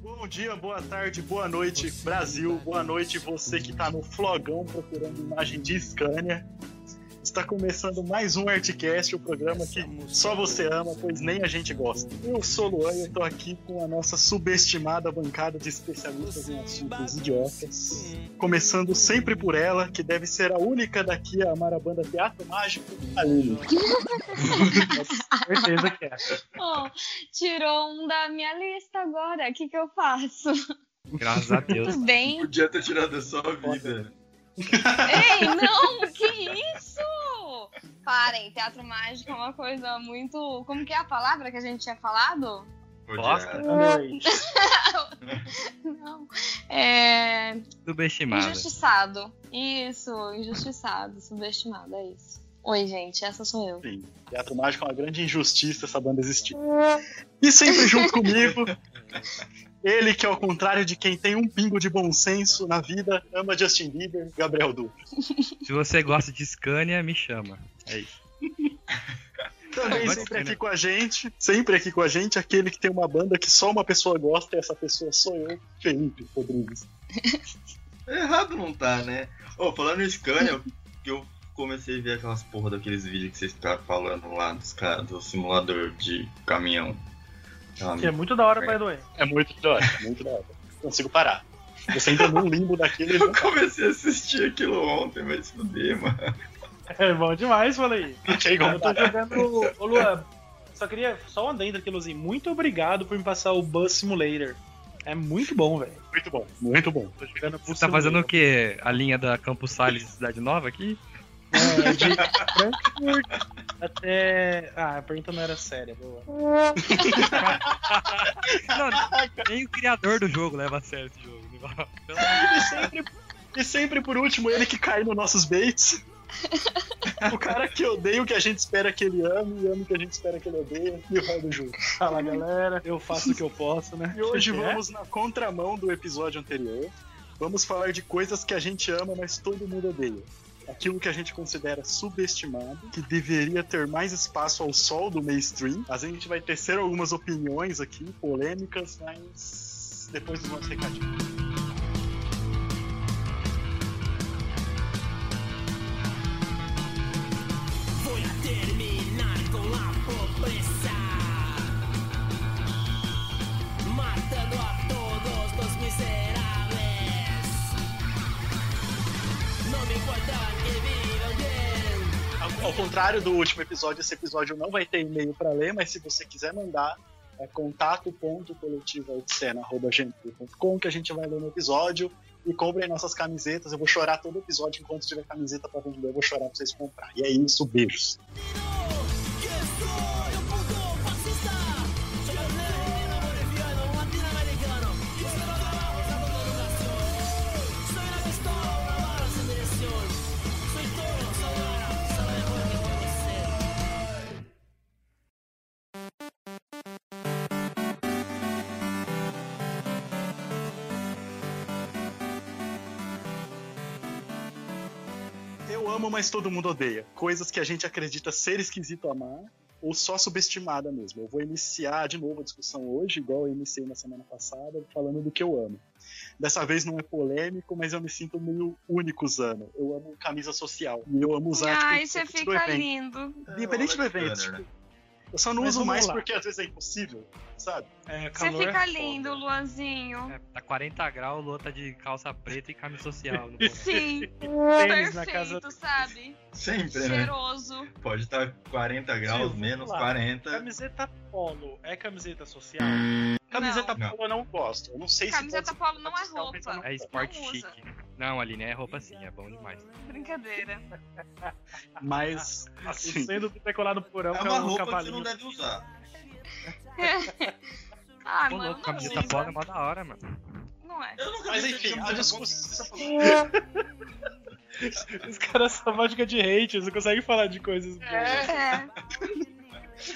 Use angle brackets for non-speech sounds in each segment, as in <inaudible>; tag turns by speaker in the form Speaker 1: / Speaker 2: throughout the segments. Speaker 1: Bom dia, boa tarde, boa noite, Brasil. Boa noite, você que tá no flogão procurando imagem de Scania. Está começando mais um Artcast, o programa que só você ama, pois nem a gente gosta. Eu sou o Luan e eu tô aqui com a nossa subestimada bancada de especialistas em assuntos idiotas. Começando sempre por ela, que deve ser a única daqui a amar a banda Teatro Mágico, a Lili.
Speaker 2: Certeza que é.
Speaker 3: Oh, <laughs> tirou um da minha lista agora. O que, que eu faço?
Speaker 2: Graças a Deus.
Speaker 3: Tudo bem?
Speaker 4: Podia ter tirado a sua vida.
Speaker 3: Ei, não! Que isso? Parem, teatro mágico é uma coisa muito. Como que é a palavra que a gente tinha falado?
Speaker 2: Bosta,
Speaker 3: Não. É.
Speaker 2: subestimada.
Speaker 3: Injustiçado. Isso, injustiçado, subestimado, é isso. Oi, gente, essa sou eu.
Speaker 1: Sim, Teatro Mágico é uma grande injustiça essa banda existir. E sempre junto <laughs> comigo, ele que, ao contrário de quem tem um pingo de bom senso na vida, ama Justin Bieber, Gabriel Du.
Speaker 2: Se você gosta de Scania, me chama. É isso.
Speaker 1: Também
Speaker 2: Mas
Speaker 1: sempre
Speaker 2: sim,
Speaker 1: aqui
Speaker 2: né?
Speaker 1: com a gente, sempre aqui com a gente, aquele que tem uma banda que só uma pessoa gosta e essa pessoa sou eu, Felipe Rodrigues.
Speaker 4: Errado não tá, né? Ô, falando em Scania, que eu comecei a ver aquelas porra daqueles vídeos que vocês ficaram falando lá dos caras do simulador de caminhão. Aquela
Speaker 5: Que é muito da hora, by the way.
Speaker 1: É muito da hora, muito da hora. Não consigo parar. Você entra num limbo daquele.
Speaker 4: Eu comecei a assistir aquilo ontem, vai se fuder, mano.
Speaker 5: É bom demais, falei.
Speaker 1: Não é tem como
Speaker 5: Eu
Speaker 2: um
Speaker 5: tô
Speaker 1: parar.
Speaker 5: jogando. Ô Luan, só queria. Só um adendo aqui, Luzinho. Muito obrigado por me passar o Bus Simulator. É muito bom, velho.
Speaker 1: Muito bom, muito bom.
Speaker 5: Tô jogando Bus
Speaker 2: Você tá fazendo o
Speaker 5: Simulator.
Speaker 2: quê? A linha da Campos Salles de Cidade Nova aqui?
Speaker 5: É, de Frankfurt até. Ah, a pergunta não era séria, boa.
Speaker 2: Não, nem o criador do jogo leva a sério esse jogo. né? Nival. Pelo amor
Speaker 1: E sempre, e sempre por último, ele que cai nos nossos baits. O cara que odeia o que a gente espera que ele ame, e ama o que a gente espera que ele odeia, e roda o jogo.
Speaker 5: Fala, galera. Eu faço o que eu posso, né?
Speaker 1: E hoje
Speaker 5: É.
Speaker 1: vamos na contramão do episódio anterior. Vamos falar de coisas que a gente ama, mas todo mundo odeia. Aquilo que a gente considera subestimado, que deveria ter mais espaço ao sol do mainstream. A gente vai tecer algumas opiniões aqui, polêmicas, mas depois dos nossos recadinhos.
Speaker 6: Voy a terminar con la pobreza, matando a todos los miserables. No me importa que vivan bien.
Speaker 1: Ao, ao contrário do último episódio, esse episódio não vai ter e-mail para ler, mas se você quiser mandar, é contato.coletivaoxena.gmail.com que a gente vai ler no episódio. E comprem nossas camisetas. Eu vou chorar todo episódio. Enquanto tiver camiseta pra vender, eu vou chorar pra vocês comprar. E é isso, beijos.
Speaker 6: Que soy un puto fascista, chileno, boliviano, latinoamericano. Y solo trabajamos a continuación. Soy la pistola, bala sin dirección. Soy todo, soy ahora, soy lo mejor que puedo ser.
Speaker 1: Eu amo, mas todo mundo odeia. Coisas que a gente acredita ser esquisito amar ou só subestimada mesmo. Eu vou iniciar de novo a discussão hoje, igual eu iniciei na semana passada, falando do que eu amo. Dessa vez não é polêmico, mas eu me sinto meio único usando. Eu amo camisa social. E eu amo usar
Speaker 3: Ai,
Speaker 1: tipo,
Speaker 3: você
Speaker 1: independente do
Speaker 3: Ah, fica
Speaker 1: evento.
Speaker 3: lindo.
Speaker 1: Independente do
Speaker 4: Olha que
Speaker 1: evento.
Speaker 4: bacana,
Speaker 1: tipo, eu só não
Speaker 5: Mas
Speaker 1: uso
Speaker 5: vamos
Speaker 1: mais
Speaker 5: lá.
Speaker 1: porque às vezes é impossível, sabe?
Speaker 5: É,
Speaker 3: Você
Speaker 5: calor é
Speaker 3: fica
Speaker 5: foda.
Speaker 3: lindo, Luanzinho.
Speaker 2: É, tá 40 graus, o Lua tá de calça preta e camisa social. no bolso.
Speaker 3: Sim,
Speaker 5: É. Tênis na casa.
Speaker 3: perfeito, sabe?
Speaker 4: Sempre, né?
Speaker 3: Cheiroso.
Speaker 4: Pode estar 40
Speaker 5: Sim,
Speaker 4: graus,
Speaker 5: vamos
Speaker 4: menos
Speaker 5: lá.
Speaker 4: 40.
Speaker 5: Camiseta polo é camiseta social?
Speaker 2: Hum,
Speaker 1: Camiseta
Speaker 4: Não.
Speaker 1: polo tá eu não gosto. Eu não sei
Speaker 3: Camiseta
Speaker 1: se. pode
Speaker 3: polo não é
Speaker 1: pode ser, talvez eu
Speaker 3: roupa.
Speaker 2: É esporte
Speaker 3: Não usa.
Speaker 2: chique. Não, Aline, é roupa sim, é bom demais.
Speaker 3: Brincadeira.
Speaker 1: ser, Mas.
Speaker 5: E
Speaker 1: Assim,
Speaker 5: sendo decolar no porão,
Speaker 4: É
Speaker 5: que
Speaker 4: uma
Speaker 5: um
Speaker 4: roupa que você
Speaker 5: cavalinho.
Speaker 4: não deve usar.
Speaker 3: Ah,
Speaker 2: Pô,
Speaker 3: mano, não
Speaker 2: louco,
Speaker 5: tá
Speaker 2: camisa polo é
Speaker 3: usa.
Speaker 2: mó da hora, mano.
Speaker 3: Não é.
Speaker 4: Eu nunca
Speaker 1: mas
Speaker 4: vi
Speaker 1: enfim,
Speaker 4: essa
Speaker 1: a
Speaker 4: camisa.
Speaker 1: discussão.
Speaker 5: Os caras são mágica de hate, eles não conseguem falar de coisas boas.
Speaker 3: É,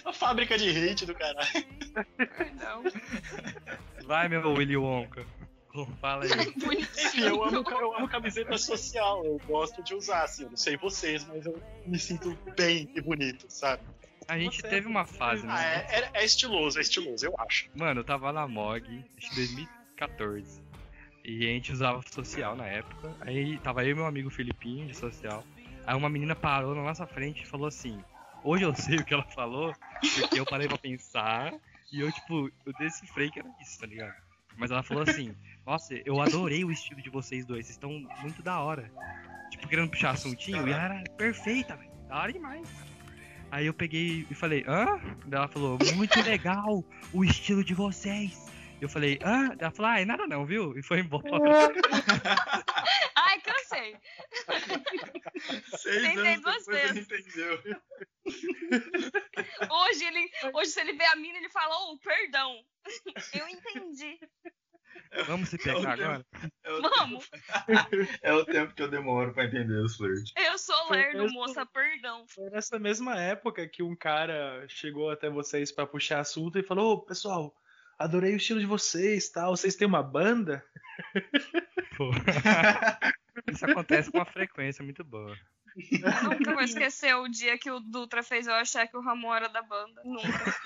Speaker 1: A fábrica de hate do caralho.
Speaker 3: perdão.
Speaker 2: Vai, meu Willy Wonka. Fala aí.
Speaker 1: Enfim, eu amo, eu amo camiseta social. Eu gosto de usar, assim. Eu não sei vocês, mas eu me sinto bem e bonito, sabe?
Speaker 2: A gente
Speaker 5: Você-
Speaker 2: teve uma fase,
Speaker 1: Ah,
Speaker 2: né?
Speaker 1: é, é- é estiloso, é estiloso, eu acho.
Speaker 2: Mano, eu tava na MOG, acho que 2000, 14. E a gente usava social na época. Aí tava eu e meu amigo Filipinho de social. Aí uma menina parou na nossa frente e falou assim: Hoje eu sei o que ela falou, porque eu parei pra pensar. E eu, tipo, eu decifrei que era isso, tá ligado? Mas ela falou assim: Nossa, eu adorei o estilo de vocês dois, vocês estão muito da hora. Tipo, querendo puxar assuntinho, e ela era perfeita, velho. Da hora demais. Aí eu peguei e falei: Hã? Daí Ela falou: Muito legal o estilo de vocês. Eu falei: Hã? Daí Ela falou: Ah, é nada não, viu? E foi embora.
Speaker 3: Ai, cansei.
Speaker 4: Seis
Speaker 3: Tentei
Speaker 4: anos
Speaker 3: duas
Speaker 4: depois ele
Speaker 3: vezes.
Speaker 4: entendeu.
Speaker 3: Hoje, ele, hoje, se ele vê a mina, ele fala, ô, perdão. Eu entendi.
Speaker 2: Vamos se
Speaker 4: Eu
Speaker 2: pegar agora?
Speaker 4: É o,
Speaker 3: Vamos.
Speaker 4: é o tempo que eu demoro pra entender os flirts.
Speaker 3: Eu sou
Speaker 5: Foi
Speaker 3: lerdo,
Speaker 5: mesmo.
Speaker 3: moça, perdão.
Speaker 5: Foi nessa mesma época que um cara chegou até vocês pra puxar assunto e falou: Ô, pessoal, adorei o estilo de vocês, tal. Vocês têm uma banda? <laughs>
Speaker 2: Pô. Isso acontece com uma frequência muito boa.
Speaker 3: Eu nunca vou esquecer o dia que o Dutra fez eu achar que o Ramon era da banda. Nunca.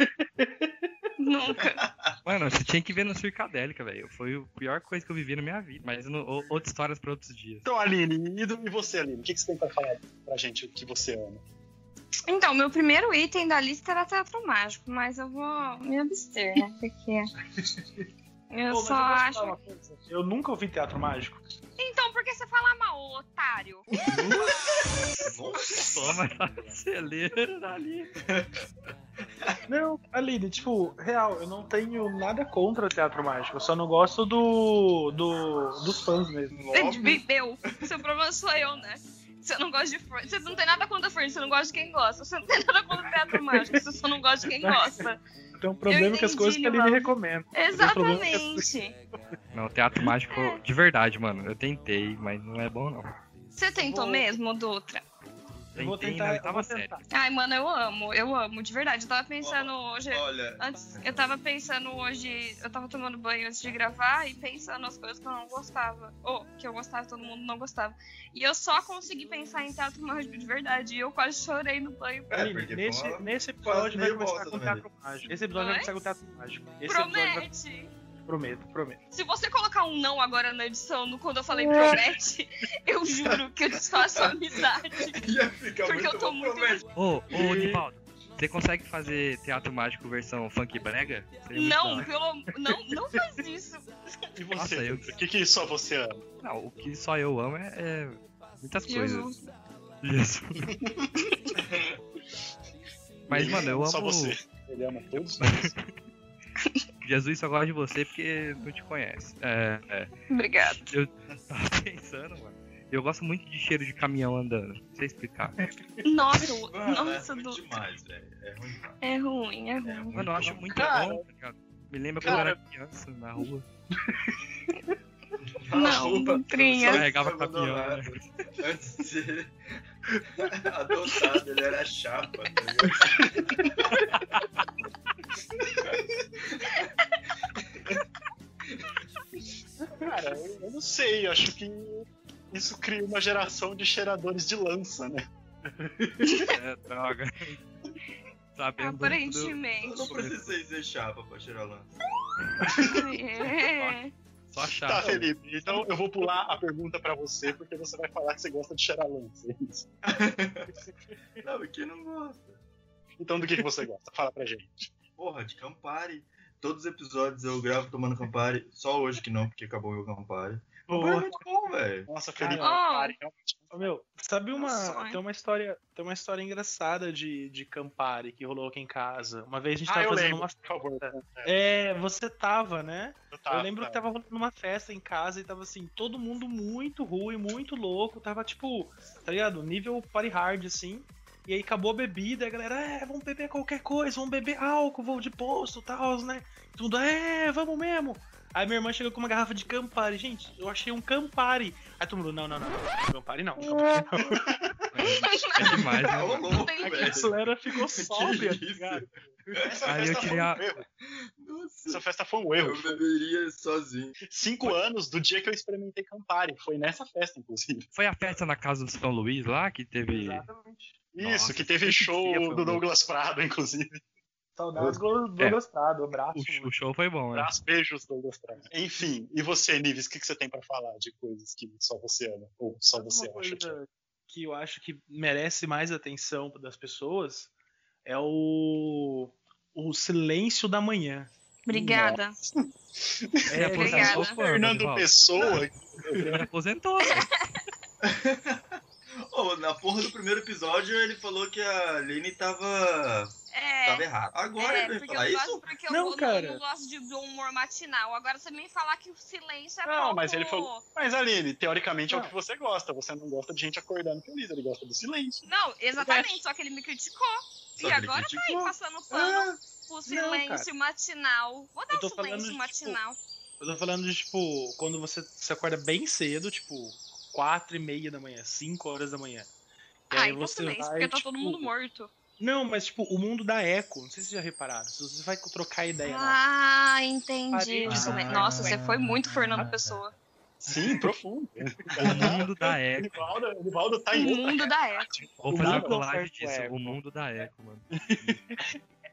Speaker 3: Nunca.
Speaker 2: Mano, você tinha que ver no Circadélica, velho. Foi a pior coisa que eu vivi na minha vida. Mas no- o- outras histórias pra outros dias.
Speaker 1: Então, Aline, e do- e você, Aline? O que, que você tem pra falar pra gente o que você ama?
Speaker 3: Então, meu primeiro item da lista era teatro mágico, mas eu vou me abster, né? Porque. Eu
Speaker 5: Pô, mas
Speaker 3: só
Speaker 5: posso falar
Speaker 3: acho.
Speaker 5: uma coisa? Eu nunca ouvi teatro mágico.
Speaker 3: Então, por que você fala mal, otário?
Speaker 4: Nossa!
Speaker 2: <laughs> Toma essa acelera ali.
Speaker 5: Não, Aline, tipo, real, eu não tenho nada contra teatro mágico. Eu só não gosto do, do dos fãs mesmo.
Speaker 3: Você viveu. Seu problema sou eu, né? Você não gosta de Frozen. Você não tem nada contra Frozen, você não gosta de quem gosta. Você não tem nada contra teatro mágico, você só não gosta de quem gosta.
Speaker 5: <laughs> Tem um problema que as
Speaker 3: entendi,
Speaker 5: coisas que a Aline
Speaker 3: Nivaldo.
Speaker 5: recomenda. problema é
Speaker 3: Exatamente.
Speaker 2: Não, teatro mágico de verdade, mano. Eu tentei, mas não é bom, não.
Speaker 3: Você tentou
Speaker 5: Vou-
Speaker 3: mesmo, Dutra?
Speaker 5: Eu vou
Speaker 2: Tentei
Speaker 5: tentar.
Speaker 2: na
Speaker 5: Eu
Speaker 2: oitava
Speaker 5: vou
Speaker 2: série.
Speaker 5: tentar.
Speaker 3: Ai, mano, eu amo, eu amo, de verdade. Eu tava pensando hoje.
Speaker 4: Olha,
Speaker 3: Antes, eu tava pensando hoje. Eu tava tomando banho antes de gravar e pensando nas coisas que eu não gostava. Ou que eu gostava e todo mundo não gostava. E eu só consegui pensar em teatro mágico de verdade. E eu quase chorei no banho.
Speaker 4: é,
Speaker 5: Aline,
Speaker 4: porque
Speaker 5: nesse,
Speaker 4: foi uma-
Speaker 5: nesse episódio vai
Speaker 4: meio
Speaker 5: começar
Speaker 4: bosta
Speaker 5: com
Speaker 4: também.
Speaker 5: teatro mágico. Esse episódio vai
Speaker 3: Oi?
Speaker 5: começar com teatro mágico.
Speaker 4: é
Speaker 5: Esse
Speaker 4: né?
Speaker 5: episódio vai...
Speaker 3: promete!
Speaker 5: Prometo, prometo.
Speaker 3: Se você colocar um não agora na edição, no- quando eu falei promete, <laughs> eu juro que eu desfaço
Speaker 4: <laughs>
Speaker 3: a amizade.
Speaker 4: ia ficar
Speaker 3: Porque
Speaker 4: É muito
Speaker 3: eu tô
Speaker 4: bom
Speaker 3: muito.
Speaker 4: promessa.
Speaker 2: Ô, ô, Nivaldo. Você consegue fazer teatro mágico versão funk brega? Seria muito da
Speaker 3: Não,
Speaker 2: hora.
Speaker 3: pelo am- não, não faz isso.
Speaker 1: E
Speaker 2: Nossa,
Speaker 1: você?
Speaker 2: eu-
Speaker 1: Dutra? O que, que só você ama?
Speaker 2: Não, o que só eu amo é, é muitas coisas.
Speaker 3: Jesus.
Speaker 2: Isso. <laughs> Mas, mano, eu
Speaker 1: Só
Speaker 2: amo.
Speaker 1: você. Ele ama todos nós.
Speaker 2: Jesus só gosta de você porque não te conhece. É, é. <laughs>
Speaker 3: Obrigada.
Speaker 2: Tava pensando, mano. Eu gosto muito de cheiro de caminhão andando. Não sei explicar.
Speaker 3: Nossa,
Speaker 4: Mano,
Speaker 3: nossa,
Speaker 4: é ruim
Speaker 3: Du-
Speaker 4: demais, velho. É ruim demais.
Speaker 3: É ruim, é
Speaker 4: É
Speaker 3: ruim.
Speaker 4: muito
Speaker 2: Mano, eu acho
Speaker 4: ruim.
Speaker 2: muito
Speaker 1: Cara.
Speaker 2: bom, tá ligado? Me lembra quando eu era criança na rua.
Speaker 3: Não, Dutrinha.
Speaker 2: Carregava
Speaker 4: Foi
Speaker 2: caminhão.
Speaker 4: abandonado.
Speaker 2: né?
Speaker 4: <laughs> Antes de ser adotado, ele era chapa, tá ligado?
Speaker 1: <laughs> Cara, eu, eu não sei. eu acho que isso cria uma geração de cheiradores de lança, né?
Speaker 2: É, droga. <laughs>
Speaker 4: um
Speaker 2: Sabendo. tudo,
Speaker 4: Eu
Speaker 3: Aparentemente.
Speaker 4: não precisei ser chapa pra tirar lá. <laughs>
Speaker 3: É.
Speaker 2: Só
Speaker 1: Tá,
Speaker 2: chato.
Speaker 1: Felipe. Então eu vou pular a pergunta pra você, porque você vai falar que você gosta de cheirar lança. é isso.
Speaker 4: Não, quem não gosta?
Speaker 1: Então do que, que você gosta? Fala pra gente.
Speaker 4: Porra, de Campari. Todos os episódios eu gravo tomando Campari. Só hoje que não, porque acabou meu Campari. Mas é
Speaker 5: Boa.
Speaker 4: muito bom, velho.
Speaker 1: Nossa, Felipe.
Speaker 3: Ah.
Speaker 1: cara, realmente.
Speaker 5: Ô, Meu, sabe uma.
Speaker 3: Sonho.
Speaker 5: Tem uma história. Tem uma história engraçada de, de Campari que rolou aqui em casa. Uma vez a gente
Speaker 1: Ah,
Speaker 5: tava
Speaker 1: eu
Speaker 5: fazendo
Speaker 1: lembro.
Speaker 5: uma.
Speaker 1: Por favor. Então tá,
Speaker 5: É, você tava, né?
Speaker 1: tava,
Speaker 2: Tá,
Speaker 5: eu lembro que tava rolando uma festa em casa e tava assim, todo mundo muito ruim, muito louco. Tava tipo, tá ligado? Nível party hard, assim. E aí acabou a bebida, e a galera, é, vamos beber qualquer coisa, vamos beber álcool, vou de posto, tal, né? Tudo, é, vamos mesmo. Aí minha irmã chegou com uma garrafa de Campari. Gente, eu achei um Campari. Aí todo mundo, não, não, não, não, Campari não. Campari não.
Speaker 2: É
Speaker 1: <laughs>
Speaker 2: demais, né?
Speaker 4: Tá
Speaker 2: mano?
Speaker 4: louco,
Speaker 3: tem
Speaker 5: A
Speaker 4: velho.
Speaker 5: galera ficou
Speaker 4: Que
Speaker 5: sóbria, tá
Speaker 4: isso?
Speaker 5: ligado?
Speaker 1: Essa
Speaker 2: Aí eu
Speaker 1: festa
Speaker 2: tirei
Speaker 1: foi um
Speaker 2: a-
Speaker 1: erro.
Speaker 4: Nossa,
Speaker 1: Essa festa foi um erro.
Speaker 4: eu beberia sozinho.
Speaker 1: Cinco anos do dia que eu experimentei Campari. Foi nessa festa, inclusive.
Speaker 2: Foi a festa na casa do São Luís lá que teve.
Speaker 5: Exatamente.
Speaker 1: Isso,
Speaker 2: Nossa,
Speaker 1: que teve
Speaker 2: que
Speaker 1: show
Speaker 2: dia foi um
Speaker 1: do
Speaker 2: erro.
Speaker 1: Douglas Prado, inclusive.
Speaker 5: Saudades Douglas
Speaker 2: É.
Speaker 5: Douglas Prado, abraço.
Speaker 2: O, sh-
Speaker 5: mano.
Speaker 2: o show foi bom, né?
Speaker 1: Abraço, beijos, Douglas Prado. Enfim, e você, Nives, o que, que você tem pra falar de coisas que só você ama? Ou só você
Speaker 5: Uma
Speaker 1: acha tipo? que é. ama?
Speaker 5: coisa que eu acho que merece mais atenção das pessoas é o, o silêncio da manhã.
Speaker 3: Obrigada.
Speaker 2: Ele aposentou
Speaker 3: É, Obrigada.
Speaker 2: quando,
Speaker 1: Fernando
Speaker 2: Edivaldo?
Speaker 1: Pessoa,
Speaker 2: Ele aposentou.
Speaker 4: Ô, na porra do primeiro episódio ele falou que a Aline tava,
Speaker 3: É.
Speaker 4: tava errada. Tá Agora
Speaker 3: É,
Speaker 4: ele vai
Speaker 3: porque
Speaker 4: falar
Speaker 3: eu
Speaker 4: isso?
Speaker 3: gosto, porque eu
Speaker 5: Não,
Speaker 3: não,
Speaker 5: cara.
Speaker 3: não gosto de bom humor matinal. Agora você vem falar que o silêncio é
Speaker 1: Não,
Speaker 3: pouco-
Speaker 1: mas ele falou- Mas, Aline, teoricamente é
Speaker 5: Não.
Speaker 1: o que você gosta. Você não gosta de gente acordando feliz, ele gosta do silêncio.
Speaker 3: Não, exatamente, só que ele me criticou.
Speaker 4: Só
Speaker 3: e
Speaker 4: que ele
Speaker 3: agora tá aí
Speaker 4: criticou.
Speaker 3: passando
Speaker 5: Ah,
Speaker 3: pano pro silêncio
Speaker 5: cara.
Speaker 3: matinal. Vou dar
Speaker 5: Eu tô
Speaker 3: um
Speaker 5: falando de,
Speaker 3: silêncio
Speaker 5: tipo,
Speaker 3: matinal.
Speaker 5: Eu tô falando de, tipo, quando você se acorda bem cedo, tipo, quatro e meia da manhã, cinco horas da manhã. E
Speaker 3: ah,
Speaker 5: aí
Speaker 3: então
Speaker 5: você
Speaker 3: silêncio,
Speaker 5: vai,
Speaker 3: porque tá
Speaker 5: tipo,
Speaker 3: todo mundo morto.
Speaker 5: Não, mas tipo, o mundo dá eco. Não sei se vocês já repararam. Se você vai trocar ideia lá.
Speaker 3: Ah, entendi.
Speaker 5: Parede,
Speaker 3: Desculpa.
Speaker 5: ah,
Speaker 3: Nossa, você foi muito
Speaker 2: ah.
Speaker 3: Fernando Pessoa.
Speaker 1: Sim, profundo.
Speaker 5: <laughs>
Speaker 2: O mundo da
Speaker 1: O
Speaker 2: Eco.
Speaker 1: Nivaldo, o Nivaldo tá
Speaker 3: O
Speaker 1: em outra
Speaker 3: mundo da época.
Speaker 1: realidade.
Speaker 2: Vou fazer uma
Speaker 1: Nada
Speaker 2: colagem
Speaker 5: oferta o
Speaker 1: é,
Speaker 2: disso.
Speaker 5: Eco.
Speaker 2: O mundo da Eco, mano.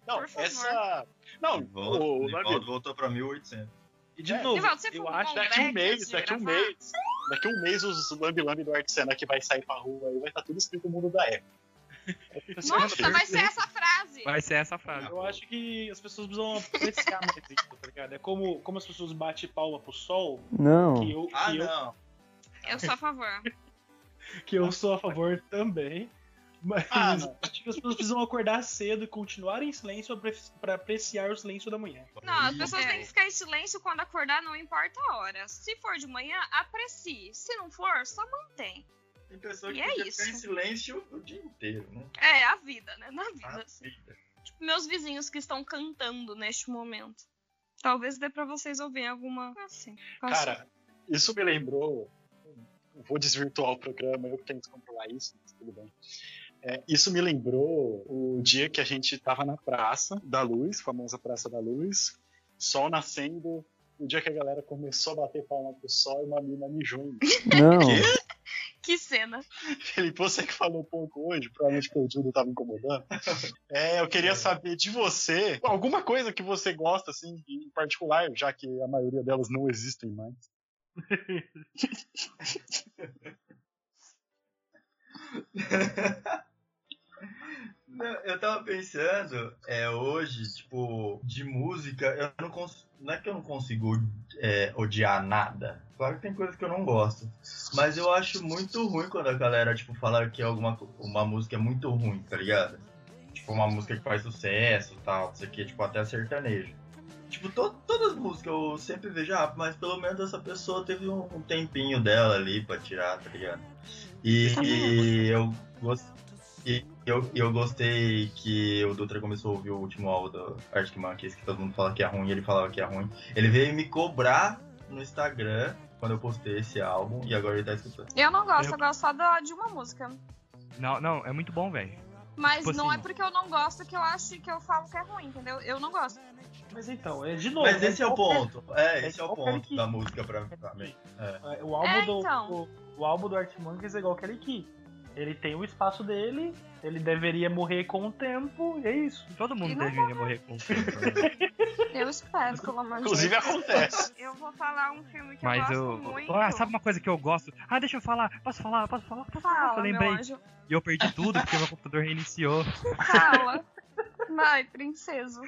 Speaker 1: Não,
Speaker 3: Por favor.
Speaker 1: essa. Não,
Speaker 4: Volta,
Speaker 1: o, o,
Speaker 4: Nivaldo voltou pra 1800.
Speaker 5: E de
Speaker 1: É.
Speaker 5: novo,
Speaker 3: Nivaldo, você né? foi
Speaker 5: eu
Speaker 3: pro
Speaker 5: acho. é
Speaker 3: Congresso?
Speaker 1: daqui um
Speaker 3: Moleque,
Speaker 1: mês,
Speaker 3: antes de
Speaker 1: daqui um
Speaker 3: gravar.
Speaker 1: mês. Daqui um mês os lambi-lambi do Artesana que vai sair pra rua aí vai estar tudo escrito o mundo da época.
Speaker 3: Nossa, tá vai ser essa frase.
Speaker 2: Vai ser essa frase.
Speaker 5: Eu acho que as pessoas precisam apreciar mais isso, tá ligado? É como, como as pessoas batem palma pro sol, que
Speaker 7: Não.
Speaker 5: eu, que
Speaker 4: Ah,
Speaker 5: eu-
Speaker 4: não.
Speaker 3: Eu sou a favor.
Speaker 5: que eu sou a favor também. Mas
Speaker 1: Ah, não.
Speaker 5: acho que as pessoas precisam acordar cedo e continuar em silêncio pra apre- pra apreciar o silêncio da manhã.
Speaker 3: Não, as pessoas têm que
Speaker 5: É.
Speaker 3: ficar em silêncio quando acordar, não importa a hora. Se for de manhã, aprecie. Se não for, só mantém.
Speaker 4: Tem pessoa que
Speaker 3: E é
Speaker 4: fica
Speaker 3: isso.
Speaker 4: em silêncio o dia inteiro, né?
Speaker 3: É, a vida, né? Na
Speaker 4: Ah,
Speaker 3: vida. Tipo, meus vizinhos que estão cantando neste momento. Talvez dê pra vocês ouvirem alguma. Assim. passou.
Speaker 1: Cara, isso me lembrou. Vou desvirtuar o programa, eu que tenho que controlar isso, mas tudo bem. É, isso me lembrou o dia que a gente tava na Praça da Luz, famosa Praça da Luz, sol nascendo, o dia que a galera começou a bater palma pro sol e uma mina mijou. em mim.
Speaker 7: Não.
Speaker 3: Que cena.
Speaker 1: Felipe, você que falou um pouco hoje, provavelmente porque o Dildo tava <laughs> incomodando. É, eu queria saber de você, alguma coisa que você gosta, assim, em particular, já que a maioria delas não existem mais.
Speaker 4: Não, eu tava pensando, é, hoje, tipo, de música, eu não cons... não é que eu não consigo é, odiar nada. Claro que tem coisas que eu não gosto. Mas eu acho muito ruim quando a galera, tipo, fala que alguma, co- uma música é muito ruim, tá ligado? Tipo, uma música que faz sucesso e tal, não sei o que, tipo, até sertanejo. Tipo, to- todas as músicas eu sempre vejo, ah, mas pelo menos essa pessoa teve um, um tempinho dela ali pra tirar, tá ligado? E, e eu gosto. E eu, e eu gostei que o Dutra começou a ouvir o último álbum do Arctic Monkeys, que todo mundo fala que é ruim, e ele falava que é ruim. Ele veio me cobrar no Instagram quando eu postei esse álbum, e agora ele tá escutando.
Speaker 3: Eu não gosto,
Speaker 2: Eu-
Speaker 3: eu, gosto só da- de uma música.
Speaker 2: Não, não, é muito bom, velho.
Speaker 3: Mas
Speaker 2: Tipo
Speaker 3: não
Speaker 2: assim.
Speaker 3: é porque eu não gosto que eu acho que eu falo que é ruim, entendeu? Eu não gosto.
Speaker 5: Mas então, é de novo.
Speaker 4: Mas esse é o
Speaker 5: qualquer-
Speaker 4: ponto, é,
Speaker 5: é
Speaker 4: esse é o
Speaker 5: qualquer
Speaker 4: ponto
Speaker 5: que-
Speaker 4: da música pra, pra mim.
Speaker 5: É, O álbum,
Speaker 3: É,
Speaker 5: do,
Speaker 3: então.
Speaker 5: o, o álbum do Art Monkeys é igual aquele aqui. Ele tem o espaço dele, ele deveria morrer com o tempo, e é isso.
Speaker 2: Todo mundo
Speaker 3: E não
Speaker 2: deveria morrer com câncer. né?
Speaker 3: Eu espero, pelo amor de Deus.
Speaker 1: Inclusive acontece.
Speaker 3: Eu vou falar um filme que
Speaker 2: Mas
Speaker 3: eu
Speaker 2: eu.
Speaker 3: gosto muito.
Speaker 2: Ah, sabe uma coisa que eu gosto? Ah, deixa eu falar. Posso falar? Posso falar? Posso falar?
Speaker 3: Fala,
Speaker 2: eu
Speaker 3: meu
Speaker 2: lembrei.
Speaker 3: anjo.
Speaker 2: E eu perdi tudo porque meu computador reiniciou.
Speaker 3: Fala. Vai, princeso.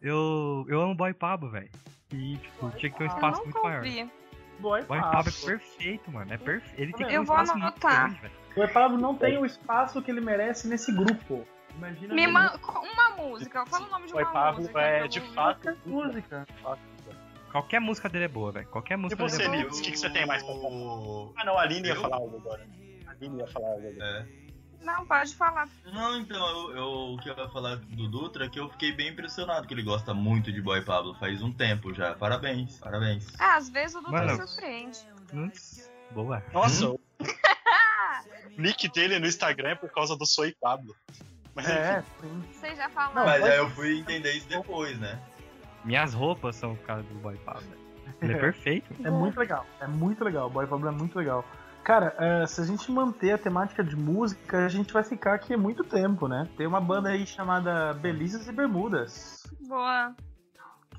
Speaker 2: Eu, eu amo Boy Pablo, velho. E, tipo, tinha que ter um espaço
Speaker 3: eu
Speaker 2: muito
Speaker 3: nunca
Speaker 2: maior.
Speaker 3: ouvi.
Speaker 5: Boy
Speaker 2: Boy Pablo é perfeito, mano. É perfeito. Ele tem que ter
Speaker 3: Eu
Speaker 2: um
Speaker 3: vou
Speaker 2: espaço muito
Speaker 3: anotar.
Speaker 2: grande, velho.
Speaker 5: Boy Pablo não tem o espaço que ele merece nesse grupo. Imagina
Speaker 3: Me
Speaker 5: ele.
Speaker 3: man... co- uma música, fala o nome de
Speaker 1: Oi,
Speaker 3: uma
Speaker 1: Pablo,
Speaker 3: música.
Speaker 1: é
Speaker 3: pra eu
Speaker 1: de
Speaker 3: ouvir.
Speaker 1: fato.
Speaker 7: Música.
Speaker 2: Qualquer música dele é boa, velho. Qualquer música
Speaker 1: você,
Speaker 2: dele é boa.
Speaker 1: Nil? O que que você tem mais pra falar?
Speaker 4: falar?
Speaker 1: Ah, não, a Aline ia
Speaker 4: Eu?
Speaker 1: falar algo agora. A Aline ia falar algo agora.
Speaker 4: É.
Speaker 3: Não, pode falar.
Speaker 4: Não, então, eu, eu- o que eu ia falar do Dutra é que eu fiquei bem impressionado que ele gosta muito de Boy Pablo, faz um tempo já. Parabéns, parabéns.
Speaker 3: Ah, às vezes o Dudu
Speaker 2: Mano.
Speaker 3: surpreende.
Speaker 2: Nossa, Boa.
Speaker 1: Nossa, o nick dele no Instagram é por causa do Soy Pablo. Mas enfim,
Speaker 5: É, sim.
Speaker 3: Vocês já falaram.
Speaker 4: Mas aí eu fui entender isso depois, né?
Speaker 2: Minhas roupas são por causa do Boy Pablo. velho. Ele é perfeito.
Speaker 5: É muito legal, é muito legal. Boy Pablo é muito legal. Cara, eh, se a gente manter a temática de música, a gente vai ficar aqui muito tempo, né? Tem uma banda aí chamada Belizes e Bermudas,
Speaker 3: Boa.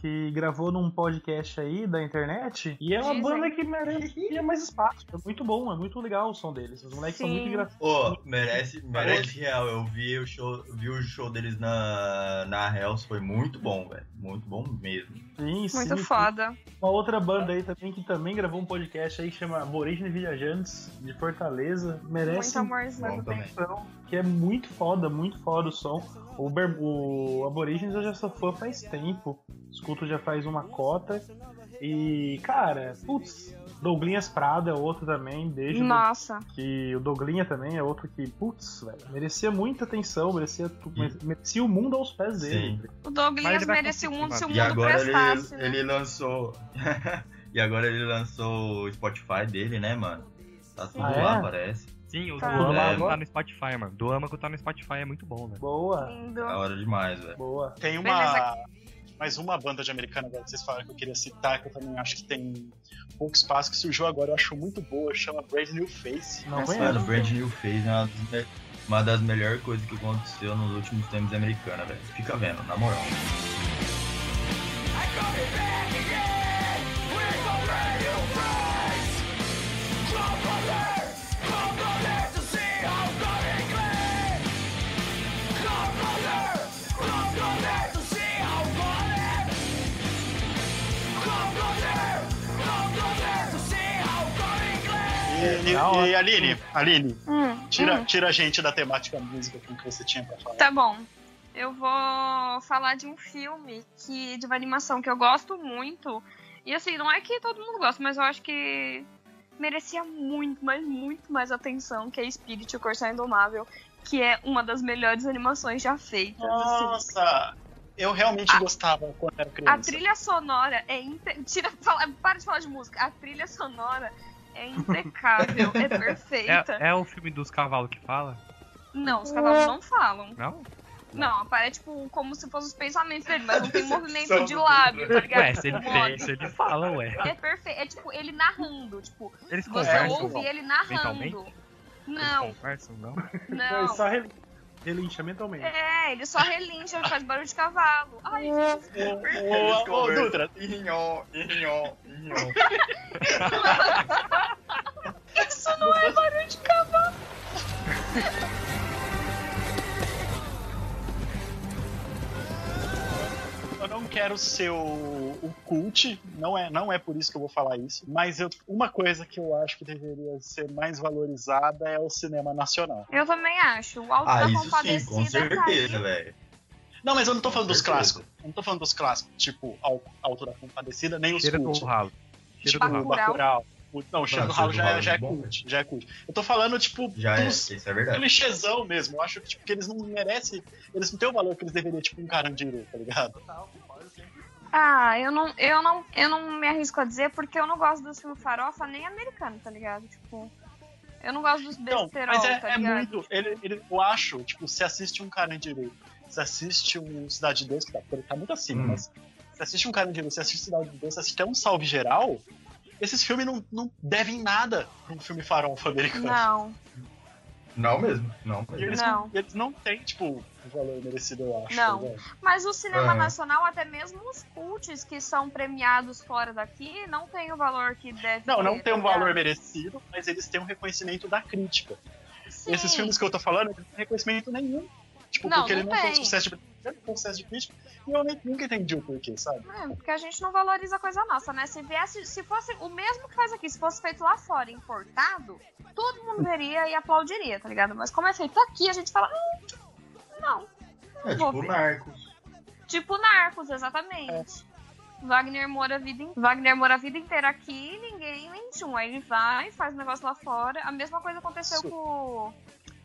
Speaker 5: que gravou num podcast aí da internet. E é uma
Speaker 3: Dizem.
Speaker 5: banda que merecia mais espaço. É muito bom, é muito legal o som deles. Os moleques são
Speaker 3: Sim.
Speaker 5: muito engraçados.
Speaker 4: Ô, merece, merece real. Eu vi o show, vi o show deles na, na Hells, foi muito bom, velho. Muito bom mesmo.
Speaker 5: Sim,
Speaker 3: Muito
Speaker 5: sim.
Speaker 3: foda.
Speaker 5: Uma outra banda aí também que também gravou um podcast aí que chama Aborígenes Viajantes, de Fortaleza. Merece
Speaker 3: Muito amorzinho.
Speaker 4: Bom também.
Speaker 5: atenção, que é muito foda, muito foda o som. O, Ber... o Aborígenes eu já sou fã faz tempo. Escuto já faz uma cota. E, cara, putz, Douglinhas Prado é outro também, beijo.
Speaker 3: Nossa.
Speaker 5: Que o Douglinha também é outro que, putz, velho, merecia muita atenção, merecia, tu- merecia o mundo aos pés dele.
Speaker 3: O
Speaker 2: Mas
Speaker 3: Douglas
Speaker 2: ele vai
Speaker 3: merece o
Speaker 2: conseguir,
Speaker 3: mundo se o
Speaker 2: mano.
Speaker 4: E
Speaker 3: mundo
Speaker 4: agora ele,
Speaker 3: prestasse. né?
Speaker 4: ele lançou. <laughs> e agora ele lançou o Spotify dele, né, mano? Tá tudo
Speaker 5: Ah, é?
Speaker 4: lá, parece.
Speaker 2: Sim, o do
Speaker 3: Tá.
Speaker 2: Ama
Speaker 4: Leva.
Speaker 2: tá no Spotify, mano. Do Ama que tá no Spotify é muito bom, velho.
Speaker 5: Boa,
Speaker 3: Lindo.
Speaker 4: Da hora demais, velho.
Speaker 5: boa.
Speaker 1: Tem uma. Mais uma banda de americana agora que vocês falaram que eu queria citar, que eu também acho que tem pouco espaço, que surgiu agora, eu acho muito boa, chama Brave New Face.
Speaker 5: Não
Speaker 1: Essa-
Speaker 4: Mano,
Speaker 5: conheço.
Speaker 4: o Brand New fez uma das, me- uma das melhores coisas que aconteceu nos últimos tempos americana, velho. Fica vendo, na moral.
Speaker 1: E, e,
Speaker 5: Não,
Speaker 1: e Aline, Aline,
Speaker 3: Hum,
Speaker 1: tira,
Speaker 3: hum.
Speaker 1: tira a gente da temática música com o que você tinha pra falar.
Speaker 3: Tá bom. Eu vou falar de um filme que, de uma animação que eu gosto muito. E assim, não é que todo mundo gosta, mas eu acho que merecia muito, mas muito mais atenção, que é Spirit, o Corsair Indomável, que é uma das melhores animações já feitas. assim.
Speaker 1: Nossa, eu realmente
Speaker 3: A-
Speaker 1: gostava quando era criança.
Speaker 3: A trilha sonora é inte... Tira, fala, para de falar de música. A trilha sonora é impecável, é perfeita.
Speaker 2: É, é o filme dos cavalos que fala?
Speaker 3: Não, os cavalos não falam.
Speaker 2: Não?
Speaker 3: Não, é tipo como se fossem os pensamentos dele, mas não tem movimento
Speaker 4: Só
Speaker 3: de lábio, tá ligado?
Speaker 2: Ué, se ele pensa, ele fala, ué.
Speaker 3: É perfeito. É tipo ele narrando. Tipo,
Speaker 2: Eles
Speaker 3: você
Speaker 2: conversam.
Speaker 3: ouve ele narrando.
Speaker 2: Mentalmente?
Speaker 3: Não,
Speaker 2: Eles conversam, não?
Speaker 5: Não, é
Speaker 3: não.
Speaker 5: só rel- relincha mentalmente.
Speaker 3: É, ele só relincha, ele faz barulho de cavalo. Ai, gente,
Speaker 1: Ô, ô, ô, Dutra,
Speaker 4: Inhô, inhô, inhô.
Speaker 3: isso não é barulho de cavalo.
Speaker 1: eu não quero ser o, o cult, não é, não é por isso que eu vou falar isso, mas eu- uma coisa que eu acho que deveria ser mais valorizada é o cinema nacional.
Speaker 3: Eu também acho. O alto
Speaker 4: Ah,
Speaker 3: da
Speaker 4: isso sim, com
Speaker 3: compadecida tá aí.
Speaker 4: certeza, velho.
Speaker 1: Não, mas eu não tô falando dos
Speaker 4: Certeza.
Speaker 1: clássicos. Eu não tô falando dos clássicos, tipo Al- Alto da Compadecida, nem os
Speaker 2: Cheira
Speaker 1: cult.
Speaker 2: do ralo. Cheira do
Speaker 3: Bacurau.
Speaker 2: ralo.
Speaker 1: Bacurau. O- Não, o Cheiro do
Speaker 4: Não,
Speaker 1: Ralo
Speaker 4: Cheiro do
Speaker 1: já, é-
Speaker 4: Ralo
Speaker 1: já
Speaker 4: é
Speaker 1: é
Speaker 4: bom,
Speaker 1: cult, já é cult. Eu tô falando, tipo,
Speaker 4: Já é,
Speaker 1: dos
Speaker 4: isso é verdade.
Speaker 1: clichêzão mesmo. Eu acho que tipo, que eles não merecem, eles não têm o valor que eles deveriam, tipo, um carandiru, tá ligado?
Speaker 3: Ah, eu não, eu, não, eu não me arrisco a dizer porque eu não gosto dos filmes farofa nem americano, tá ligado? Tipo, eu não gosto dos
Speaker 1: Então,
Speaker 3: besterol,
Speaker 1: mas é,
Speaker 3: tá
Speaker 1: é
Speaker 3: ligado?
Speaker 1: muito. Ele, ele- eu acho, tipo, se assiste um Carandiru, se assiste um Cidade de Deus, que tá, tá muito acima,
Speaker 4: Hum.
Speaker 1: mas se assiste um Carandiru, se assiste Cidade de Deus, se assiste até um Salve Geral, esses filmes não, não devem nada pra um filme farofa americano.
Speaker 3: Não,
Speaker 4: Não mesmo, não
Speaker 1: E <laughs>
Speaker 4: mesmo.
Speaker 1: eles
Speaker 3: não.
Speaker 1: E eles não têm, tipo, o valor merecido, eu acho.
Speaker 3: Não.
Speaker 1: tá ligado?
Speaker 3: Mas o cinema
Speaker 4: É.
Speaker 3: nacional, até mesmo os cults que são premiados fora daqui, não tem o valor que deve
Speaker 1: não, não
Speaker 3: ter,
Speaker 1: tem um
Speaker 3: tá ligado?
Speaker 1: valor merecido, mas eles têm um reconhecimento da crítica.
Speaker 3: Sim.
Speaker 1: Esses filmes que eu tô falando, eles não têm reconhecimento nenhum. Tipo,
Speaker 3: Não,
Speaker 1: porque
Speaker 3: não
Speaker 1: ele não foi
Speaker 3: tem.
Speaker 1: sucesso de ele foi um sucesso de crítica, e eu nem- nunca entendi o porquê, sabe?
Speaker 3: É, porque a gente não valoriza a coisa nossa, né? Se viesse, se fosse o mesmo que faz aqui, se fosse feito lá fora, importado, todo mundo veria e aplaudiria, tá ligado? Mas como é feito aqui, a gente fala, "Hum, não.
Speaker 4: É
Speaker 3: vou
Speaker 4: tipo
Speaker 3: ver.
Speaker 4: Marcos.
Speaker 3: Tipo Narcos, exatamente.
Speaker 1: É.
Speaker 3: Wagner mora a vida, in- Wagner mora a vida inteira aqui, ninguém mente um. Aí ele vai, faz o negócio lá fora. A mesma coisa aconteceu
Speaker 1: Isso.
Speaker 3: com o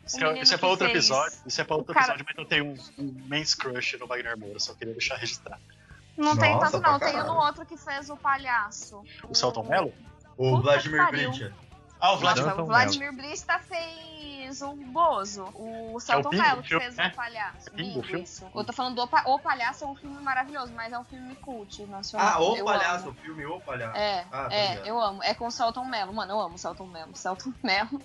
Speaker 1: Isso
Speaker 3: menino
Speaker 1: é, isso é
Speaker 3: que
Speaker 1: pra outro
Speaker 3: fez-
Speaker 1: episódio. Isso é pra outro
Speaker 3: o cara-
Speaker 1: episódio, mas eu tenho um, um men's crush no Wagner Moura, só queria deixar registrado.
Speaker 3: Não tem
Speaker 4: Nossa,
Speaker 3: tanto, não.
Speaker 4: pra
Speaker 3: Tem um
Speaker 4: caralho.
Speaker 3: no outro que fez o palhaço.
Speaker 1: O Celton Mello?
Speaker 3: Puta
Speaker 4: O
Speaker 3: que
Speaker 4: Vladimir
Speaker 3: pariu.
Speaker 4: Brincha.
Speaker 1: Ah, o Vladimir.
Speaker 2: Jonathan
Speaker 3: o Vladimir Blista fez o Bozo, o Celton
Speaker 1: Bingo,
Speaker 3: Mello
Speaker 1: o
Speaker 3: que
Speaker 1: filme,
Speaker 3: fez
Speaker 1: né?
Speaker 3: o Palhaço.
Speaker 1: Bingo, o
Speaker 3: Bingo,
Speaker 1: filme?
Speaker 3: isso. Eu tô falando do Pa- O Palhaço, é um filme maravilhoso, mas é um filme cult nacional.
Speaker 4: Ah, o
Speaker 3: Eu
Speaker 4: palhaço,
Speaker 3: amo.
Speaker 4: o filme O Palhaço.
Speaker 3: É,
Speaker 4: Ah, tá ligado.
Speaker 3: é, eu amo. É com o Celton Mello. Mano, eu amo o Celton Mello. Celton Mello,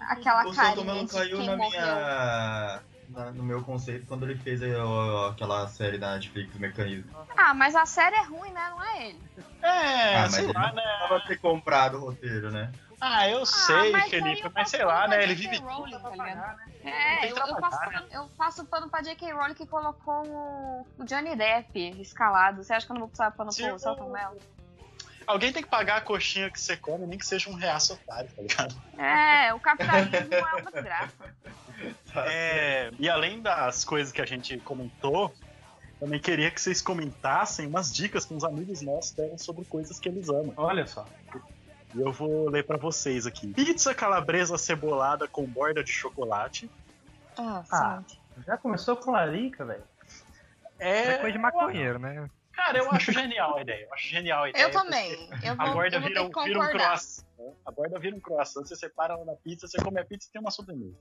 Speaker 3: aquela
Speaker 4: O Santo
Speaker 3: carinha
Speaker 4: Melo
Speaker 3: de
Speaker 4: um caiu
Speaker 3: quem
Speaker 4: na
Speaker 3: morreu.
Speaker 4: minha. na- no meu conceito quando ele fez a- aquela série da Netflix, Mecanismo.
Speaker 3: Ah, mas a série é ruim, né? Não é ele.
Speaker 1: É,
Speaker 4: Ah, mas
Speaker 1: sei
Speaker 4: ele
Speaker 1: lá,
Speaker 4: não
Speaker 1: né?
Speaker 4: Tava ter comprado o roteiro, né?
Speaker 1: Ah, eu sei,
Speaker 3: mas
Speaker 1: Felipe,
Speaker 3: aí eu
Speaker 1: mas
Speaker 3: faço
Speaker 1: sei lá,
Speaker 3: pano
Speaker 1: né?
Speaker 3: pra
Speaker 1: Ele
Speaker 3: J.K.
Speaker 1: vive.
Speaker 3: Rowling, tá ligado?
Speaker 1: Não
Speaker 3: É,
Speaker 1: tem
Speaker 3: eu, eu
Speaker 1: trabalhar,
Speaker 3: passo, pano- eu passo pano pra J.K. Rowling que colocou o o Johnny Depp escalado. Você acha que eu não vou passar pano
Speaker 1: Se
Speaker 4: Tipo
Speaker 3: pro
Speaker 1: o-
Speaker 3: Celton Mello?
Speaker 1: Alguém tem que pagar a coxinha que você come, nem que seja um reaço otário, tá ligado?
Speaker 3: É, o capitalismo é
Speaker 4: <laughs>
Speaker 3: uma desgraça.
Speaker 1: É, e além das coisas que a gente comentou, também queria que vocês comentassem umas dicas que uns amigos nossos deram sobre coisas que eles amam.
Speaker 5: Olha só.
Speaker 1: E eu vou ler pra vocês aqui. Pizza calabresa cebolada com borda de chocolate.
Speaker 3: Ah,
Speaker 5: Ah.
Speaker 3: sim.
Speaker 5: Já começou com larica, velho?
Speaker 2: É
Speaker 1: É,
Speaker 2: coisa de maconheiro, né?
Speaker 1: Cara, eu acho genial a ideia. Eu acho genial a ideia.
Speaker 3: <laughs> Eu também. Eu
Speaker 1: é, A
Speaker 3: vou,
Speaker 1: borda
Speaker 3: eu vou ter
Speaker 1: vira
Speaker 3: que
Speaker 1: um, vira um
Speaker 3: concordar.
Speaker 1: croissant. né? A borda vira um croissant. Você separa ela na pizza, você come a pizza e tem uma sobremesa.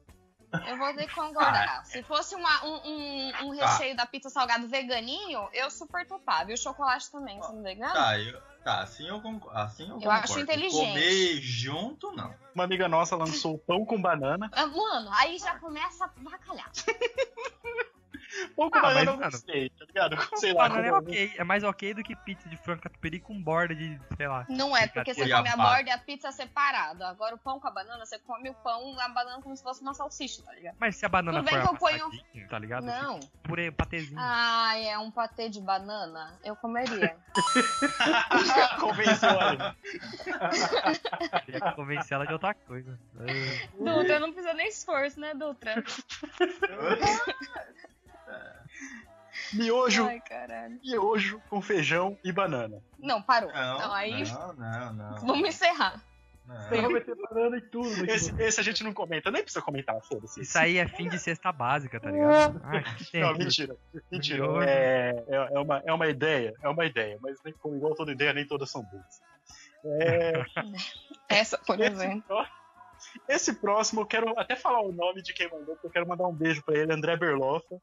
Speaker 3: Eu vou ter que concordar. Se fosse uma- um, um- um
Speaker 4: Ah, é. Tá.
Speaker 3: recheio da pizza salgado veganinho, eu super topava. E o chocolate também, você não vegano?
Speaker 4: Tá, eu- tá, assim eu concordo. Assim eu,
Speaker 3: Eu
Speaker 4: concordo.
Speaker 3: acho inteligente.
Speaker 4: Comer junto, <laughs> não.
Speaker 1: Uma amiga nossa lançou pão com banana.
Speaker 3: Ah, Mano, aí já começa a bacalhar.
Speaker 1: Pão com
Speaker 2: Ah,
Speaker 1: banana
Speaker 2: mas,
Speaker 1: eu não
Speaker 2: mano,
Speaker 1: gostei, tá ligado? Sei lá.
Speaker 2: Banana é
Speaker 1: como-
Speaker 2: ok, é mais ok do que pizza de frango catupiry com borda de, sei lá.
Speaker 3: Não é, porque você
Speaker 4: Cuiabá.
Speaker 3: come a borda e a pizza é separada. Agora o pão com a banana, você come o pão a banana como se fosse uma salsicha, tá ligado?
Speaker 2: Mas se a banana
Speaker 3: Tudo bem
Speaker 2: for
Speaker 3: que eu ponho-
Speaker 2: amassadinha, tá ligado?
Speaker 3: Não.
Speaker 2: Tipo, Purê,
Speaker 4: Hum.
Speaker 2: patezinho.
Speaker 3: Ai, é um patê de banana? Eu comeria.
Speaker 4: <laughs>
Speaker 1: Convenceu ela.
Speaker 2: Teria que tá convencer ela de
Speaker 3: <laughs>
Speaker 2: outra coisa. Ah,
Speaker 3: Dutra, não precisa nem esforço, né,
Speaker 4: <laughs>
Speaker 3: Dutra?
Speaker 1: Miojo,
Speaker 3: Ai, caralho.
Speaker 1: miojo com feijão e banana.
Speaker 3: Não, parou. Não,
Speaker 4: Não,
Speaker 3: aí
Speaker 4: não, não, não.
Speaker 3: vamos encerrar.
Speaker 4: não.
Speaker 5: meter banana e tá tudo.
Speaker 1: Esse, esse a gente não comenta, nem precisa comentar, foda-se.
Speaker 2: Isso aí é fim de cesta básica, tá ligado? Ah, que tem
Speaker 1: Não,
Speaker 2: aqui?
Speaker 1: mentira. Mentira.
Speaker 2: Miojo.
Speaker 1: É, é, é uma, é uma ideia, é uma ideia, mas nem, como igual toda ideia, nem todas são boas. É,
Speaker 3: Essa,
Speaker 4: <laughs>
Speaker 3: por
Speaker 1: esse,
Speaker 3: exemplo.
Speaker 1: pró- esse próximo, eu quero até falar o nome de quem mandou, porque eu quero mandar um beijo pra ele, André Berloffa.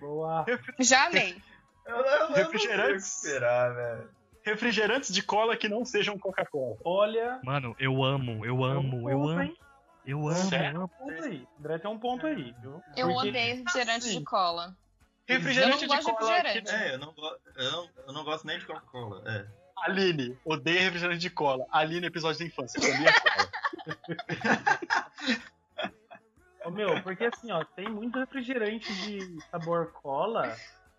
Speaker 5: Boa.
Speaker 3: Já amei.
Speaker 4: Eu, eu, eu não sei o que
Speaker 1: Refrigerantes.
Speaker 4: esperar, velho.
Speaker 1: Refrigerantes de cola que não sejam Coca-Cola.
Speaker 5: Olha.
Speaker 2: Mano, eu amo, eu amo, eu amo. Eu amo,
Speaker 1: Sério?
Speaker 2: eu amo.
Speaker 5: Ponto aí. André tem um ponto aí, viu?
Speaker 3: Eu
Speaker 1: Porque-
Speaker 3: odeio refrigerante
Speaker 1: Assim.
Speaker 3: de cola.
Speaker 1: Refrigerante
Speaker 3: Eu não
Speaker 1: de
Speaker 3: gosto de
Speaker 1: cola. que-
Speaker 3: refrigerante.
Speaker 4: É, eu não, go- eu, não, eu não gosto nem de Coca-Cola. É.
Speaker 1: Aline, odeia refrigerante de cola. Aline, episódio da infância, <laughs> comia cola.
Speaker 5: Ô, meu, porque assim, ó, tem muito refrigerante de sabor cola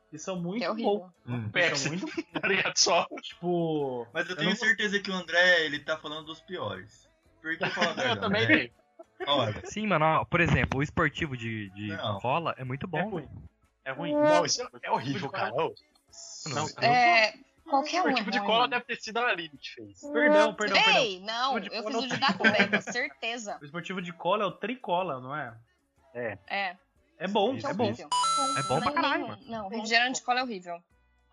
Speaker 5: que são muito
Speaker 3: É
Speaker 5: bons.
Speaker 3: horrível.
Speaker 4: Hum.
Speaker 5: São
Speaker 1: Pepsi,
Speaker 5: muito,
Speaker 1: tá ligado? Só.
Speaker 5: tipo.
Speaker 4: Mas eu,
Speaker 5: Eu
Speaker 4: tenho
Speaker 5: não-
Speaker 4: certeza que o André, ele tá falando dos piores. Porque eu <laughs> falo a verdade,
Speaker 1: Eu
Speaker 3: né?
Speaker 1: também
Speaker 4: André.
Speaker 1: tenho.
Speaker 4: Olha,
Speaker 2: Sim, mano, ó, por exemplo, o esportivo de, de
Speaker 4: Não.
Speaker 2: cola é muito
Speaker 5: é
Speaker 2: bom.
Speaker 5: ruim. É ruim.
Speaker 3: Hum.
Speaker 1: Não, isso é- é horrível, cara. Ô,
Speaker 2: Não,
Speaker 1: cara.
Speaker 3: É, qualquer um.
Speaker 1: O
Speaker 3: é
Speaker 1: tipo de
Speaker 3: ruim.
Speaker 1: cola deve ter sido a Aline que fez.
Speaker 5: Perdão, perdão, perdão.
Speaker 3: Hum, Ei, não,
Speaker 5: O de
Speaker 3: eu
Speaker 5: cola
Speaker 3: fiz
Speaker 5: eu
Speaker 3: o de
Speaker 5: tenho.
Speaker 3: dar Cueba, certeza.
Speaker 5: O esportivo de cola é o tricola, não é?
Speaker 3: É,
Speaker 5: É bom,
Speaker 1: Isso
Speaker 3: que
Speaker 5: é bom.
Speaker 3: horrível.
Speaker 2: É bom pra
Speaker 3: Não,
Speaker 2: caralho,
Speaker 3: não,
Speaker 2: mano.
Speaker 3: Não, refrigerante de cola é horrível.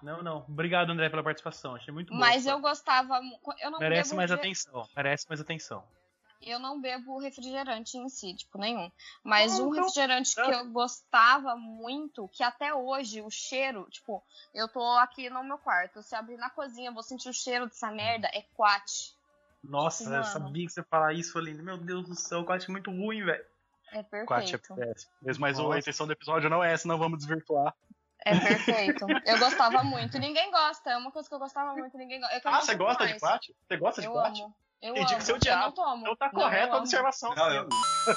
Speaker 5: Não, não. Obrigado, André, pela participação. Achei muito bom.
Speaker 3: Mas eu gostava. mu- Eu não
Speaker 5: Merece
Speaker 3: bebo
Speaker 5: mais
Speaker 3: refri-
Speaker 5: atenção. Merece mais atenção.
Speaker 3: Eu não bebo refrigerante em si, tipo, nenhum. Mas
Speaker 5: Não,
Speaker 3: um
Speaker 5: então-
Speaker 3: refrigerante que eu gostava muito, que até hoje o cheiro, tipo, eu tô aqui no meu quarto, se abrir na cozinha, eu vou sentir o cheiro dessa merda, é quat.
Speaker 5: Nossa, eu
Speaker 3: Mano.
Speaker 5: sabia que você ia falar isso, Aline. Meu Deus do céu, eu acho muito ruim, velho. <laughs>
Speaker 3: É
Speaker 1: Quatro é
Speaker 3: perfeito.
Speaker 1: péssimo. Mas a
Speaker 5: Nossa.
Speaker 1: intenção do episódio não é essa, não vamos desvirtuar.
Speaker 3: É perfeito. Eu gostava muito. Ninguém gosta. É uma coisa que eu gostava muito. Ninguém gosta. É que eu
Speaker 1: Ah,
Speaker 3: não
Speaker 1: você
Speaker 3: como
Speaker 1: gosta de
Speaker 3: mais.
Speaker 1: quate? Você gosta de
Speaker 3: Eu
Speaker 1: quate?
Speaker 3: amo. Eu
Speaker 1: Entendi que
Speaker 3: amo.
Speaker 1: você
Speaker 3: eu
Speaker 1: odiava.
Speaker 3: não tomo.
Speaker 1: Então tá
Speaker 3: Não, eu
Speaker 1: correta a
Speaker 3: amo.
Speaker 1: observação.
Speaker 4: Não, eu-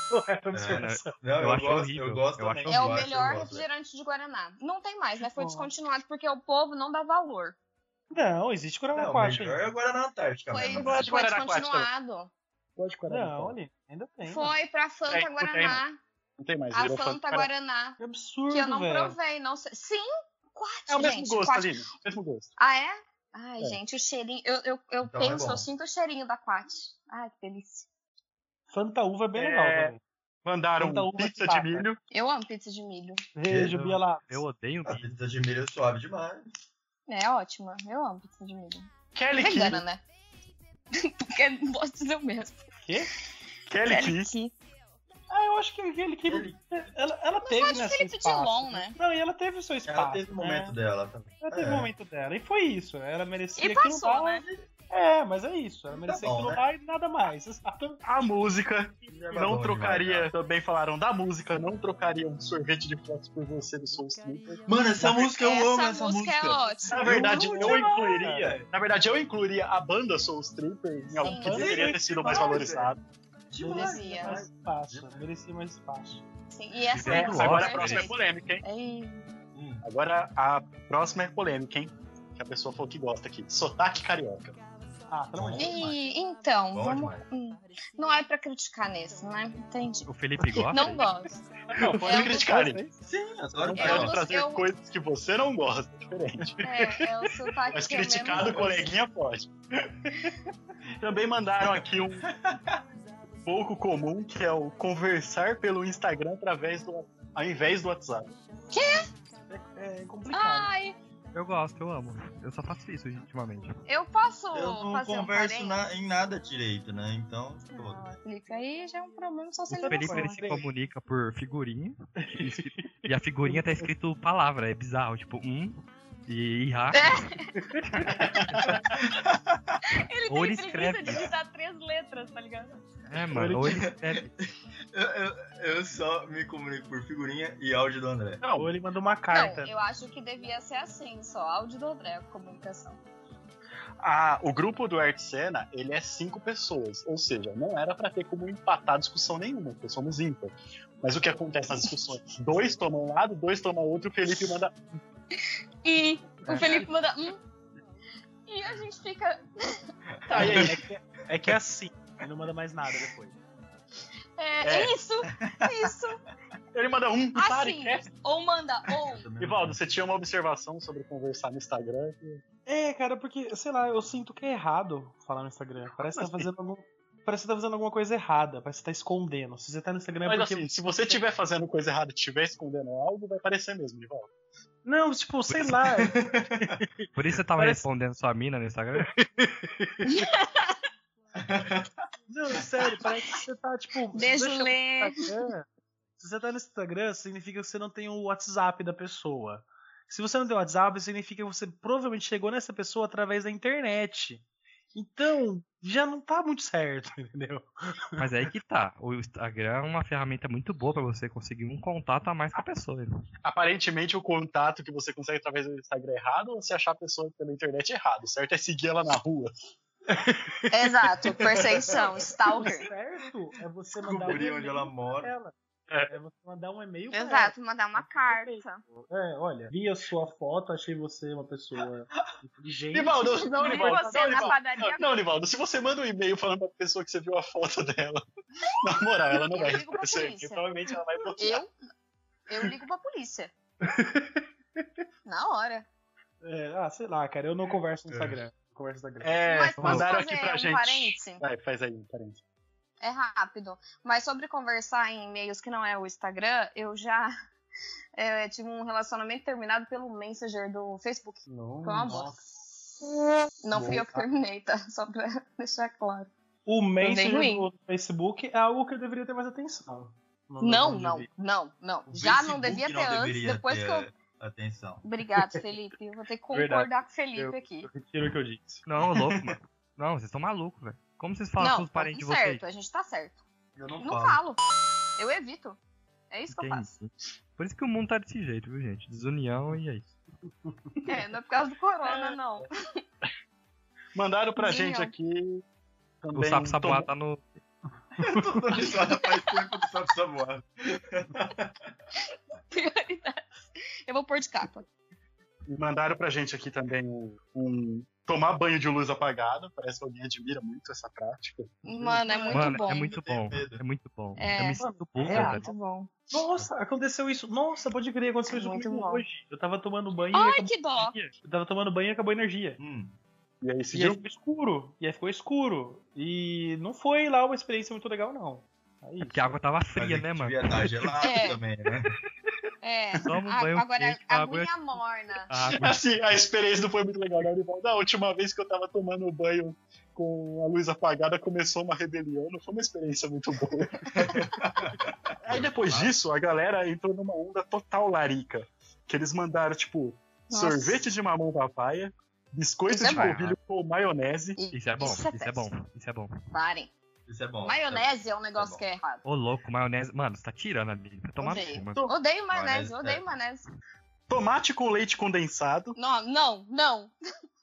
Speaker 5: Correta a
Speaker 4: É.
Speaker 5: observação.
Speaker 4: não, eu,
Speaker 2: Eu acho
Speaker 4: gosto,
Speaker 2: horrível.
Speaker 4: eu gosto
Speaker 2: Eu acho
Speaker 4: também.
Speaker 3: É
Speaker 4: eu
Speaker 3: o
Speaker 4: gosto,
Speaker 3: melhor
Speaker 4: eu gosto.
Speaker 3: refrigerante de Guaraná. Não tem mais, né? Foi
Speaker 5: Ó.
Speaker 3: descontinuado porque o povo não dá valor.
Speaker 5: Não, existe Guaraná
Speaker 4: Não, o
Speaker 5: Quatro
Speaker 4: melhor é o Guaraná Antártica
Speaker 3: Foi,
Speaker 4: mesmo.
Speaker 1: gosto de
Speaker 3: foi
Speaker 1: Guaraná Quatro
Speaker 3: descontinuado.
Speaker 1: Pode então.
Speaker 5: Não, olha, ainda tem.
Speaker 3: Foi pra Fanta
Speaker 1: Tem, não tem,
Speaker 3: Guaraná.
Speaker 1: Não tem mais.
Speaker 3: A
Speaker 1: virou
Speaker 3: Fanta
Speaker 1: Guaraná.
Speaker 3: Guaraná.
Speaker 5: Que absurdo,
Speaker 3: Que eu não
Speaker 5: velho.
Speaker 3: provei, não sei. Sim, quatro,
Speaker 1: É o mesmo
Speaker 3: gente.
Speaker 1: gosto,
Speaker 3: quatro.
Speaker 1: Aline. O mesmo gosto.
Speaker 3: Ah, é? Ai,
Speaker 1: É.
Speaker 3: gente, o cheirinho. Eu, eu, eu
Speaker 4: Então é
Speaker 3: penso,
Speaker 4: bom.
Speaker 3: eu sinto o cheirinho da Quat. Ai, que delícia.
Speaker 5: Fanta uva é bem
Speaker 1: É.
Speaker 5: legal também.
Speaker 1: Mandaram um
Speaker 5: Fanta uva
Speaker 1: pizza de
Speaker 5: que mata.
Speaker 1: milho.
Speaker 3: Eu amo pizza de milho.
Speaker 5: Vejo,
Speaker 4: Eu-
Speaker 5: Bia lá.
Speaker 2: Eu odeio
Speaker 4: A
Speaker 2: milho.
Speaker 4: pizza de milho é suave demais.
Speaker 3: É ótima. Eu amo pizza de milho.
Speaker 1: Kelly
Speaker 7: <laughs>
Speaker 3: Vegana,
Speaker 1: Key.
Speaker 3: né? Porque não posso dizer o mesmo.
Speaker 5: Quê?
Speaker 1: Kelly Key.
Speaker 7: Key.
Speaker 5: Ah, eu acho que aquele que. Ela, ela
Speaker 7: Mas eu
Speaker 5: teve,
Speaker 7: acho
Speaker 5: né?
Speaker 7: que
Speaker 5: seu
Speaker 7: Felipe
Speaker 5: espaço.
Speaker 7: Dilon, né?
Speaker 5: Não, e ela teve o seu espaço.
Speaker 4: Ela teve o momento
Speaker 5: né?
Speaker 4: dela também.
Speaker 5: Ela teve o
Speaker 4: É.
Speaker 5: momento dela. E foi isso, né? Ela merecia
Speaker 3: E
Speaker 5: aquilo
Speaker 3: passou,
Speaker 5: lá.
Speaker 3: né?
Speaker 5: É, mas é isso. Ela merecia
Speaker 4: bom,
Speaker 5: aquilo
Speaker 4: né?
Speaker 5: lá e nada mais. <laughs> Exatamente.
Speaker 1: A música, não
Speaker 4: Madonna é demais,
Speaker 1: trocaria,
Speaker 4: né?
Speaker 1: também Então falaram da música, não trocaria um sorvete de fotos por você do Soul Sleeper.
Speaker 4: Mano, essa música eu amo
Speaker 3: Essa
Speaker 4: essa
Speaker 3: música
Speaker 4: música.
Speaker 3: é ótima.
Speaker 1: Na verdade,
Speaker 5: Eu
Speaker 1: eu,
Speaker 5: amo demais,
Speaker 1: incluiria. Na verdade, eu incluiria a banda Soul Stripper em algum que
Speaker 7: Sim.
Speaker 1: deveria ter sido mais valorizado.
Speaker 4: Demais,
Speaker 7: Merecia.
Speaker 4: demais.
Speaker 5: Mais espaço. Merecia mais espaço.
Speaker 7: Sim, e essa
Speaker 1: É,
Speaker 2: Sim,
Speaker 7: música
Speaker 1: agora a
Speaker 2: lógico,
Speaker 1: próxima é
Speaker 7: perfeita.
Speaker 1: polêmica, hein?
Speaker 7: Ei,
Speaker 4: Hum,
Speaker 1: Agora a próxima é polêmica, hein? Que a pessoa falou que gosta aqui. Sotaque carioca.
Speaker 5: Ah, pelo amor de Deus.
Speaker 7: E, então,
Speaker 4: Bom
Speaker 7: vamos...
Speaker 4: demais.
Speaker 7: hum, não é pra criticar nesse, né? Entendi.
Speaker 2: O Felipe gosta?
Speaker 7: Não gosto.
Speaker 5: Não,
Speaker 7: É um
Speaker 1: Pode
Speaker 7: dos-
Speaker 1: criticar, hein?
Speaker 4: Sim,
Speaker 1: Você
Speaker 4: adoro
Speaker 1: não
Speaker 7: Eu
Speaker 1: pode
Speaker 7: gosto-
Speaker 1: trazer
Speaker 7: eu-
Speaker 1: coisas que você não gosta, é diferente.
Speaker 7: É, é o sotaque
Speaker 1: Mas
Speaker 7: que eu menos
Speaker 1: criticar do
Speaker 7: gosto.
Speaker 1: coleguinha pode. <laughs> Também mandaram aqui um pouco comum, que é o conversar pelo Instagram através do, ao invés do WhatsApp.
Speaker 5: É complicado.
Speaker 1: Ah,
Speaker 7: Ai,
Speaker 2: Eu gosto, eu amo. Eu só faço isso ultimamente.
Speaker 3: Eu posso
Speaker 4: Eu não
Speaker 3: fazer um
Speaker 4: converso
Speaker 3: parênteses?
Speaker 4: na- em nada direito, né? Então, pô,
Speaker 7: não, Felipe, aí já é um problema só se
Speaker 2: O Felipe ele se
Speaker 5: Peraí.
Speaker 2: comunica por figurinha. e a figurinha tá escrito palavra, é bizarro. Tipo, um e irá.
Speaker 3: Ele
Speaker 2: Ou ele
Speaker 3: tem preguiça
Speaker 2: escreve.
Speaker 3: de digitar três letras, tá ligado?
Speaker 2: É, mano. Ou ele escreve.
Speaker 4: eu, eu- eu só me comunico por figurinha e áudio do André.
Speaker 1: Não,
Speaker 5: Ou ele mandou uma carta.
Speaker 7: Não, eu acho que devia ser assim, só áudio do André, a comunicação.
Speaker 1: a- o grupo do Arte Cena, ele é cinco pessoas, ou seja, não era pra ter como empatar discussão nenhuma, porque somos ímpar. Mas o que acontece nas discussões? <laughs> Dois tomam um lado, dois tomam outro, o Felipe manda.
Speaker 3: E
Speaker 5: É.
Speaker 3: o Felipe manda um. E a gente <laughs> fica. Tá.
Speaker 1: Ah, e aí?
Speaker 5: É que, é que é assim. Ele não manda mais nada depois.
Speaker 3: É,
Speaker 1: É.
Speaker 3: isso,
Speaker 7: <laughs>
Speaker 3: isso.
Speaker 1: Ele manda um, pare,
Speaker 3: Assim.
Speaker 1: quer?
Speaker 3: Ou manda, ou.
Speaker 4: Eu também não-
Speaker 1: Ivaldo, você tinha uma observação sobre conversar no Instagram? que-
Speaker 5: É, cara, porque, sei lá, eu sinto que é errado falar no Instagram. Parece que tá fazendo algum... Parece que tá fazendo alguma coisa errada, parece que tá escondendo. Se você tá no Instagram é
Speaker 1: Mas
Speaker 5: porque.
Speaker 1: assim, se você estiver fazendo coisa errada, estiver escondendo algo, vai parecer mesmo, Ivaldo.
Speaker 5: Não, tipo, sei lá.
Speaker 2: Por isso você tava
Speaker 5: Parece-
Speaker 2: respondendo sua mina no Instagram?
Speaker 5: Não, sério, parece que você tá, tipo.
Speaker 3: Beijo,
Speaker 5: se você tá no
Speaker 3: Lê.
Speaker 5: Instagram- se você tá no Instagram, significa que você não tem o WhatsApp da pessoa. Se você não tem o WhatsApp, significa que você provavelmente chegou nessa pessoa através da internet. Então, já não tá muito certo, <laughs> entendeu?
Speaker 2: Mas aí que tá. O Instagram é uma ferramenta muito boa pra você conseguir um contato a mais com a pessoa. né?
Speaker 1: aparentemente o contato que você consegue através do Instagram é errado ou se achar a pessoa pela internet é errado. O certo é seguir ela na rua.
Speaker 7: Exato, perseguição,
Speaker 3: Tá
Speaker 5: O
Speaker 7: stalker.
Speaker 5: certo é você mandar um
Speaker 4: Descobri
Speaker 5: e-mail
Speaker 4: onde ela
Speaker 5: pra
Speaker 4: mora.
Speaker 5: ela.
Speaker 1: É.
Speaker 5: É você mandar um e-mail pra ela.
Speaker 3: Exato, mandar uma carta.
Speaker 5: É, olha, vi a sua foto, achei você uma
Speaker 4: <laughs>
Speaker 5: pessoa
Speaker 1: <laughs>
Speaker 5: inteligente.
Speaker 1: Nivaldo, não,
Speaker 3: Vi
Speaker 1: Nivaldo,
Speaker 3: você
Speaker 1: não,
Speaker 3: na
Speaker 1: Nivaldo.
Speaker 3: padaria.
Speaker 1: Não, Nivaldo, se você manda um e-mail falando pra pessoa que você viu a foto dela, <laughs> na moral, ela não
Speaker 7: Eu
Speaker 1: vai
Speaker 7: ligo pra
Speaker 1: responder isso aqui.
Speaker 7: polícia.
Speaker 1: Provavelmente ela vai bloquear.
Speaker 7: Eu, eu ligo pra
Speaker 3: <laughs>
Speaker 7: polícia. Na hora.
Speaker 5: É, ah, sei lá, cara, eu não converso
Speaker 4: É.
Speaker 5: no Instagram. Não Converso no Instagram.
Speaker 1: É,
Speaker 7: Mas posso
Speaker 1: mandaram
Speaker 7: fazer
Speaker 1: aqui pra
Speaker 7: um
Speaker 1: gente.
Speaker 7: parêntese?
Speaker 1: Vai, faz aí um parênteses.
Speaker 7: É rápido. Mas sobre conversar em e-mails que não é o Instagram, eu já <laughs> é, tive um relacionamento terminado pelo Messenger do Facebook. Foi uma bosta. Não fui eu que terminei, tá? <laughs> Só pra deixar claro.
Speaker 5: O
Speaker 7: ruim.
Speaker 5: Messenger do Facebook é algo que eu deveria ter mais atenção.
Speaker 7: Não, não, não, não.
Speaker 4: O
Speaker 7: Já não
Speaker 4: Facebook
Speaker 7: devia ter antes,
Speaker 4: deveria
Speaker 7: depois
Speaker 4: ter
Speaker 7: que eu.
Speaker 4: Atenção.
Speaker 7: Obrigado, Felipe. Eu vou ter que
Speaker 5: Verdade.
Speaker 7: concordar com o Felipe
Speaker 5: Eu-
Speaker 7: aqui.
Speaker 5: Eu retiro o que eu disse.
Speaker 2: Não, louco, mano. Não, vocês estão malucos, velho. Como vocês falam com
Speaker 7: Não,
Speaker 2: os parentes
Speaker 7: tá tudo
Speaker 2: de vocês?
Speaker 7: certo, a gente tá certo.
Speaker 4: Eu não,
Speaker 7: Não
Speaker 4: falo.
Speaker 7: falo. Eu evito. É isso que eu faço.
Speaker 2: Entendi. Por isso que o mundo tá desse jeito, viu, gente? Desunião e é isso.
Speaker 7: É, não é por causa do corona, não.
Speaker 1: Mandaram pra
Speaker 7: Sim,
Speaker 1: gente
Speaker 7: ó.
Speaker 1: aqui.
Speaker 2: O
Speaker 1: Também
Speaker 2: sapo
Speaker 1: tomou-
Speaker 2: saboá tá no.
Speaker 4: <laughs> Eu tô dando risada faz tempo do Sapo Samuel.
Speaker 7: Prioridades. Eu vou pôr de capa.
Speaker 1: Mandaram pra gente aqui também um, um tomar banho de luz apagada. Parece que alguém admira muito essa prática.
Speaker 7: Mano, é muito
Speaker 2: Mano,
Speaker 7: bom.
Speaker 2: é muito
Speaker 4: tenho
Speaker 2: bom.
Speaker 4: medo.
Speaker 2: É muito bom.
Speaker 7: É.
Speaker 2: Eu me sinto burro,
Speaker 7: É
Speaker 2: velho.
Speaker 7: muito bom.
Speaker 5: Nossa, aconteceu isso. Nossa, pode crer, aconteceu
Speaker 7: É
Speaker 5: isso
Speaker 7: muito
Speaker 5: comigo
Speaker 7: bom.
Speaker 5: hoje. Eu tava tomando banho e
Speaker 3: Ai,
Speaker 5: acabou...
Speaker 3: que dó.
Speaker 5: eu tava tomando banho e acabou a energia.
Speaker 4: Hum,
Speaker 1: E aí, se
Speaker 5: E aí ficou escuro. E aí ficou escuro. E não foi lá uma experiência muito legal, não. Aí,
Speaker 2: É porque a água tava
Speaker 4: mas
Speaker 2: fria,
Speaker 4: é que
Speaker 2: né, mano?
Speaker 4: Devia estar gelado
Speaker 7: É.
Speaker 4: também, né?
Speaker 7: É,
Speaker 2: Toma um
Speaker 3: Ah,
Speaker 7: a-
Speaker 2: banho
Speaker 7: agora
Speaker 2: quente,
Speaker 7: a
Speaker 2: água-
Speaker 7: aguinha morna.
Speaker 2: A água
Speaker 1: Assim, a experiência não foi muito legal, né, Nivaldo? A última vez que eu tava tomando banho com a luz apagada começou uma rebelião, não foi uma experiência muito boa. <laughs> Aí depois disso, a galera entrou numa onda total larica. Que eles mandaram, tipo,
Speaker 3: Nossa.
Speaker 1: sorvete de mamão papaya, biscoito
Speaker 3: Isso é
Speaker 1: de
Speaker 3: bom.
Speaker 1: polvilho com maionese.
Speaker 2: Isso é bom,
Speaker 3: Isso é
Speaker 2: isso é bom, isso é bom.
Speaker 3: Parem.
Speaker 4: Isso é bom.
Speaker 3: Maionese é um negócio
Speaker 4: bom.
Speaker 3: que é errado.
Speaker 2: Ô, louco, maionese. Mano, você tá tirando ali. Vai tomar
Speaker 3: Odeio.
Speaker 2: uma.
Speaker 3: Odeio maionese,
Speaker 4: Maionese,
Speaker 3: odeio
Speaker 4: é.
Speaker 3: maionese.
Speaker 1: Tomate com leite condensado.
Speaker 3: Não, não, não.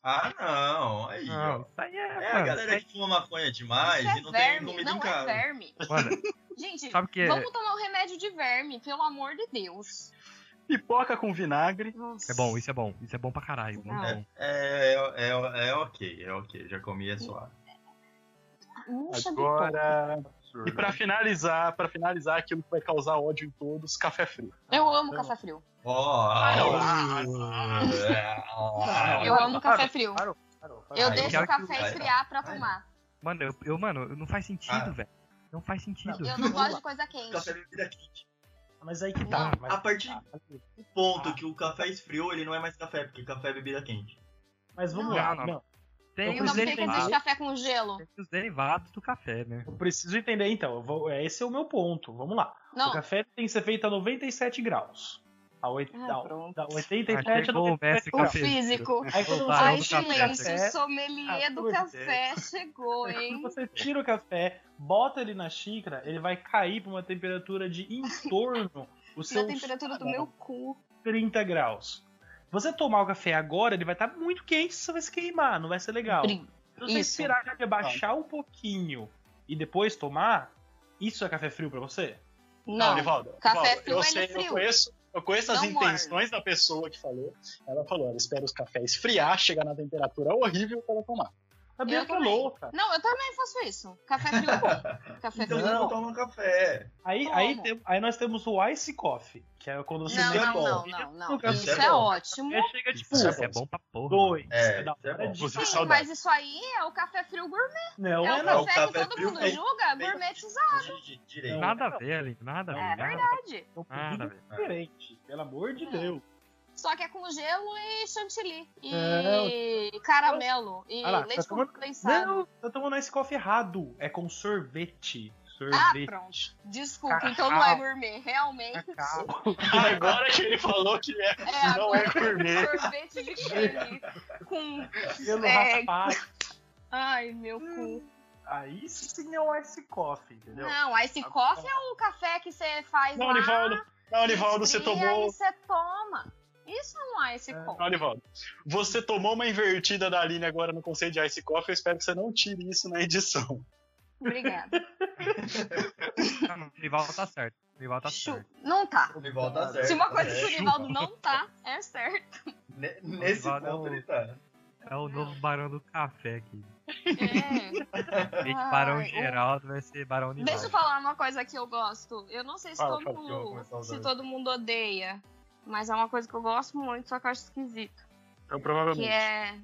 Speaker 4: Ah, não. Aí,
Speaker 2: Não,
Speaker 4: ó.
Speaker 2: isso aí é,
Speaker 4: É a
Speaker 2: mano,
Speaker 4: galera que fuma maconha demais
Speaker 3: Isso é
Speaker 4: e não tem
Speaker 3: verme,
Speaker 4: comida em
Speaker 3: não é
Speaker 4: casa.
Speaker 3: verme.
Speaker 2: Mano,
Speaker 3: Gente,
Speaker 2: sabe o que é?
Speaker 3: vamos tomar um remédio de verme, pelo amor de Deus.
Speaker 1: Pipoca com vinagre.
Speaker 3: Nossa.
Speaker 2: É bom, isso é bom. Isso é bom pra caralho. Muito
Speaker 3: Ah.
Speaker 2: bom.
Speaker 4: É, é, é, é ok, é ok. Já comi, é suave.
Speaker 3: Murcha
Speaker 1: Agora. E pra finalizar, para finalizar aquilo que vai causar ódio em todos, café frio.
Speaker 3: do pão. Eu amo café frio.
Speaker 4: Ó,
Speaker 3: Eu amo café frio.
Speaker 8: Parou, parou.
Speaker 3: Eu
Speaker 4: Aí
Speaker 3: deixo
Speaker 2: já
Speaker 3: o café
Speaker 4: vai,
Speaker 3: esfriar pra
Speaker 4: vai.
Speaker 3: tomar.
Speaker 2: Mano, eu, eu- mano, não faz sentido,
Speaker 4: Ah.
Speaker 2: velho. Não faz sentido.
Speaker 3: Eu não gosto de coisa quente.
Speaker 4: café vira quente.
Speaker 5: Mas aí que tá.
Speaker 3: Não.
Speaker 5: mas-
Speaker 4: A partir-
Speaker 5: Ah,
Speaker 4: O ponto que o café esfriou, ele não é mais café, porque café é bebida quente.
Speaker 5: Mas vamos
Speaker 2: Não,
Speaker 5: lá.
Speaker 2: não.
Speaker 5: Não,
Speaker 2: Tem
Speaker 3: Eu
Speaker 5: Eu
Speaker 3: não
Speaker 2: os,
Speaker 5: preciso
Speaker 3: sei que é existe
Speaker 2: derivados,
Speaker 3: café com gelo.
Speaker 2: tem os derivados do café, né?
Speaker 5: Eu preciso entender então. eu vou- Esse é o meu ponto. Vamos lá. O
Speaker 3: Não,
Speaker 5: café tem que ser feito a 97 graus. A oit...
Speaker 3: Ah,
Speaker 5: da-
Speaker 3: pronto.
Speaker 5: da
Speaker 2: Ah,
Speaker 5: 87 a
Speaker 2: chegou o
Speaker 5: 97
Speaker 2: mestre
Speaker 3: o
Speaker 5: graus.
Speaker 2: é café.
Speaker 3: físico.
Speaker 5: Aí quando você
Speaker 2: Ai,
Speaker 3: Ai,
Speaker 5: tira o
Speaker 3: silêncio,
Speaker 5: café,
Speaker 3: o sommelier
Speaker 5: Ah,
Speaker 3: do
Speaker 5: por
Speaker 3: café chegou,
Speaker 5: quando
Speaker 3: hein?
Speaker 5: você tira o café, bota ele na xícara, ele vai cair pra uma temperatura de em
Speaker 3: <laughs>
Speaker 5: torno o
Speaker 3: Na
Speaker 5: seu
Speaker 3: temperatura do
Speaker 4: um
Speaker 3: meu cu.
Speaker 5: 30 graus. Você tomar o café agora, ele vai estar muito quente, você vai se queimar, não vai ser legal.
Speaker 3: Brin-
Speaker 5: Se você
Speaker 3: Isso.
Speaker 5: esperar ele abaixar um pouquinho e depois tomar, isso é café frio pra você?
Speaker 1: Não,
Speaker 3: Não.
Speaker 1: Nivaldo.
Speaker 3: Café é
Speaker 1: Nivaldo,
Speaker 3: frio,
Speaker 1: eu
Speaker 3: ele
Speaker 1: sei,
Speaker 3: frio.
Speaker 1: Eu conheço, eu conheço as
Speaker 3: Não morre.
Speaker 1: intenções da pessoa que falou. Ela falou, ela espera os cafés esfriar, chegar na temperatura horrível pra ela tomar.
Speaker 5: A Bianca é
Speaker 3: também.
Speaker 5: louca.
Speaker 3: Não, eu também faço isso. Café frio
Speaker 4: <laughs>
Speaker 3: é bom. Café
Speaker 4: Então
Speaker 3: frio
Speaker 4: você
Speaker 3: é
Speaker 4: não
Speaker 3: bom.
Speaker 4: toma café.
Speaker 5: Aí,
Speaker 3: Como?
Speaker 5: aí, tem- aí nós temos o ice coffee, que é quando você
Speaker 3: Não,
Speaker 5: mete
Speaker 4: é
Speaker 3: não,
Speaker 4: bom.
Speaker 3: não, não, não.
Speaker 5: Isso é
Speaker 3: Isso é
Speaker 4: bom.
Speaker 3: ótimo.
Speaker 5: e chega tipo
Speaker 1: Isso é
Speaker 2: Isso é bom pra porra. mano.
Speaker 5: dois.
Speaker 4: É,
Speaker 5: da
Speaker 4: isso é
Speaker 5: hora
Speaker 4: bom.
Speaker 5: de-
Speaker 1: Você
Speaker 3: Sim,
Speaker 1: saudade.
Speaker 3: mas isso aí é o café frio gourmet.
Speaker 5: Não,
Speaker 3: é
Speaker 5: é
Speaker 3: o
Speaker 5: não.
Speaker 3: café
Speaker 4: Não,
Speaker 3: que
Speaker 4: café
Speaker 3: todo
Speaker 4: frio
Speaker 3: mundo
Speaker 4: é-
Speaker 3: julga,
Speaker 4: bem-
Speaker 3: gourmetizado.
Speaker 4: Di- Direito.
Speaker 2: Nada a ver, ali, nada a ver.
Speaker 5: É
Speaker 2: nada a ver.
Speaker 3: Verdade.
Speaker 5: É um
Speaker 2: Ah,
Speaker 4: tá
Speaker 5: pouquinho diferente, pelo amor de
Speaker 3: É.
Speaker 5: Deus.
Speaker 3: Só que é com gelo e chantilly. E
Speaker 5: É,
Speaker 3: caramelo. E
Speaker 5: Ah lá, tá
Speaker 3: leite
Speaker 5: tomando-
Speaker 3: condensado.
Speaker 5: Não, tá tomando ice coffee errado. É com sorvete.
Speaker 3: Ah,
Speaker 5: Sorvete.
Speaker 3: pronto. Desculpa, então não é gourmet.
Speaker 5: <laughs>
Speaker 3: Realmente.
Speaker 5: Cacau.
Speaker 3: <laughs>
Speaker 1: Agora que ele falou que é,
Speaker 3: É,
Speaker 1: não é
Speaker 3: agora
Speaker 1: gourmet.
Speaker 3: sorvete de creme. Com.
Speaker 5: Pelo
Speaker 3: É.
Speaker 5: rapaz.
Speaker 3: Ai, meu cu.
Speaker 4: Hum.
Speaker 5: Aí sim é o ice coffee, entendeu?
Speaker 3: Não, ice
Speaker 5: Tá
Speaker 3: coffee é o café que você faz
Speaker 1: Não,
Speaker 3: lá.
Speaker 1: Nivaldo, não, Nivaldo, você
Speaker 3: esfria né? E
Speaker 1: tomou.
Speaker 3: você toma. Isso não é ice
Speaker 5: É.
Speaker 1: Não,
Speaker 3: coffee.
Speaker 1: Nivaldo, você tomou uma invertida da linha agora no conceito de Ice Coffee. Eu espero que você não tire isso na edição.
Speaker 3: Obrigada.
Speaker 2: Ah, não, O Nivaldo tá certo. O Nivaldo tá
Speaker 3: Chu-
Speaker 2: certo.
Speaker 3: Não tá.
Speaker 4: De volta certo.
Speaker 3: Se uma coisa
Speaker 4: né?
Speaker 3: que o Nivaldo não tá, é
Speaker 4: <laughs>
Speaker 3: certo.
Speaker 4: Ne- Nesse
Speaker 2: Nivaldo é
Speaker 4: ponto
Speaker 2: o-
Speaker 4: ele tá.
Speaker 2: É o novo barão do café aqui.
Speaker 3: É.
Speaker 2: Em vez de
Speaker 3: Ai,
Speaker 2: barão
Speaker 3: o-
Speaker 2: Geraldo, vai ser barão
Speaker 3: Deixa eu
Speaker 2: Nivaldo.
Speaker 3: falar uma coisa que eu gosto. Eu não sei se,
Speaker 1: Fala,
Speaker 3: todo,
Speaker 1: fala,
Speaker 4: que eu vou começar a usar
Speaker 3: se
Speaker 4: isso.
Speaker 3: todo mundo odeia, mas é uma coisa que eu gosto muito, só que eu acho esquisito.
Speaker 1: Então,
Speaker 3: Que
Speaker 1: provavelmente.
Speaker 3: é.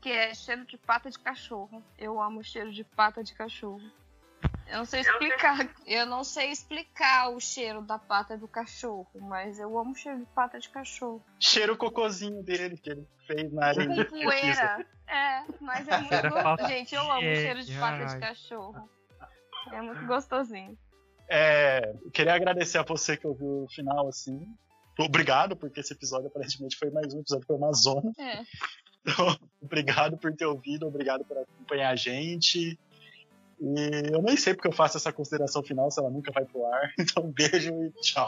Speaker 3: Que é cheiro de pata de cachorro. Eu amo o cheiro de pata de cachorro. Eu não sei explicar. Eu não sei explicar o cheiro da pata do cachorro, mas eu amo o cheiro de pata de cachorro.
Speaker 1: Cheira o cocôzinho dele que ele fez na areia.
Speaker 3: Com poeira. É, mas é muito
Speaker 2: Era falta
Speaker 3: gostoso. Gente, eu amo o
Speaker 2: de
Speaker 3: cheiro de pata de
Speaker 2: ai.
Speaker 3: cachorro. É muito gostosinho.
Speaker 1: É, eu queria agradecer a você que ouviu o final, assim. Obrigado, porque esse episódio aparentemente foi mais um episódio foi uma zona. <laughs>
Speaker 3: É.
Speaker 1: Então, obrigado por ter ouvido, obrigado por acompanhar a gente. <laughs> E eu nem sei porque eu faço essa consideração final, se ela nunca vai pro ar. Então, beijo e um tchau.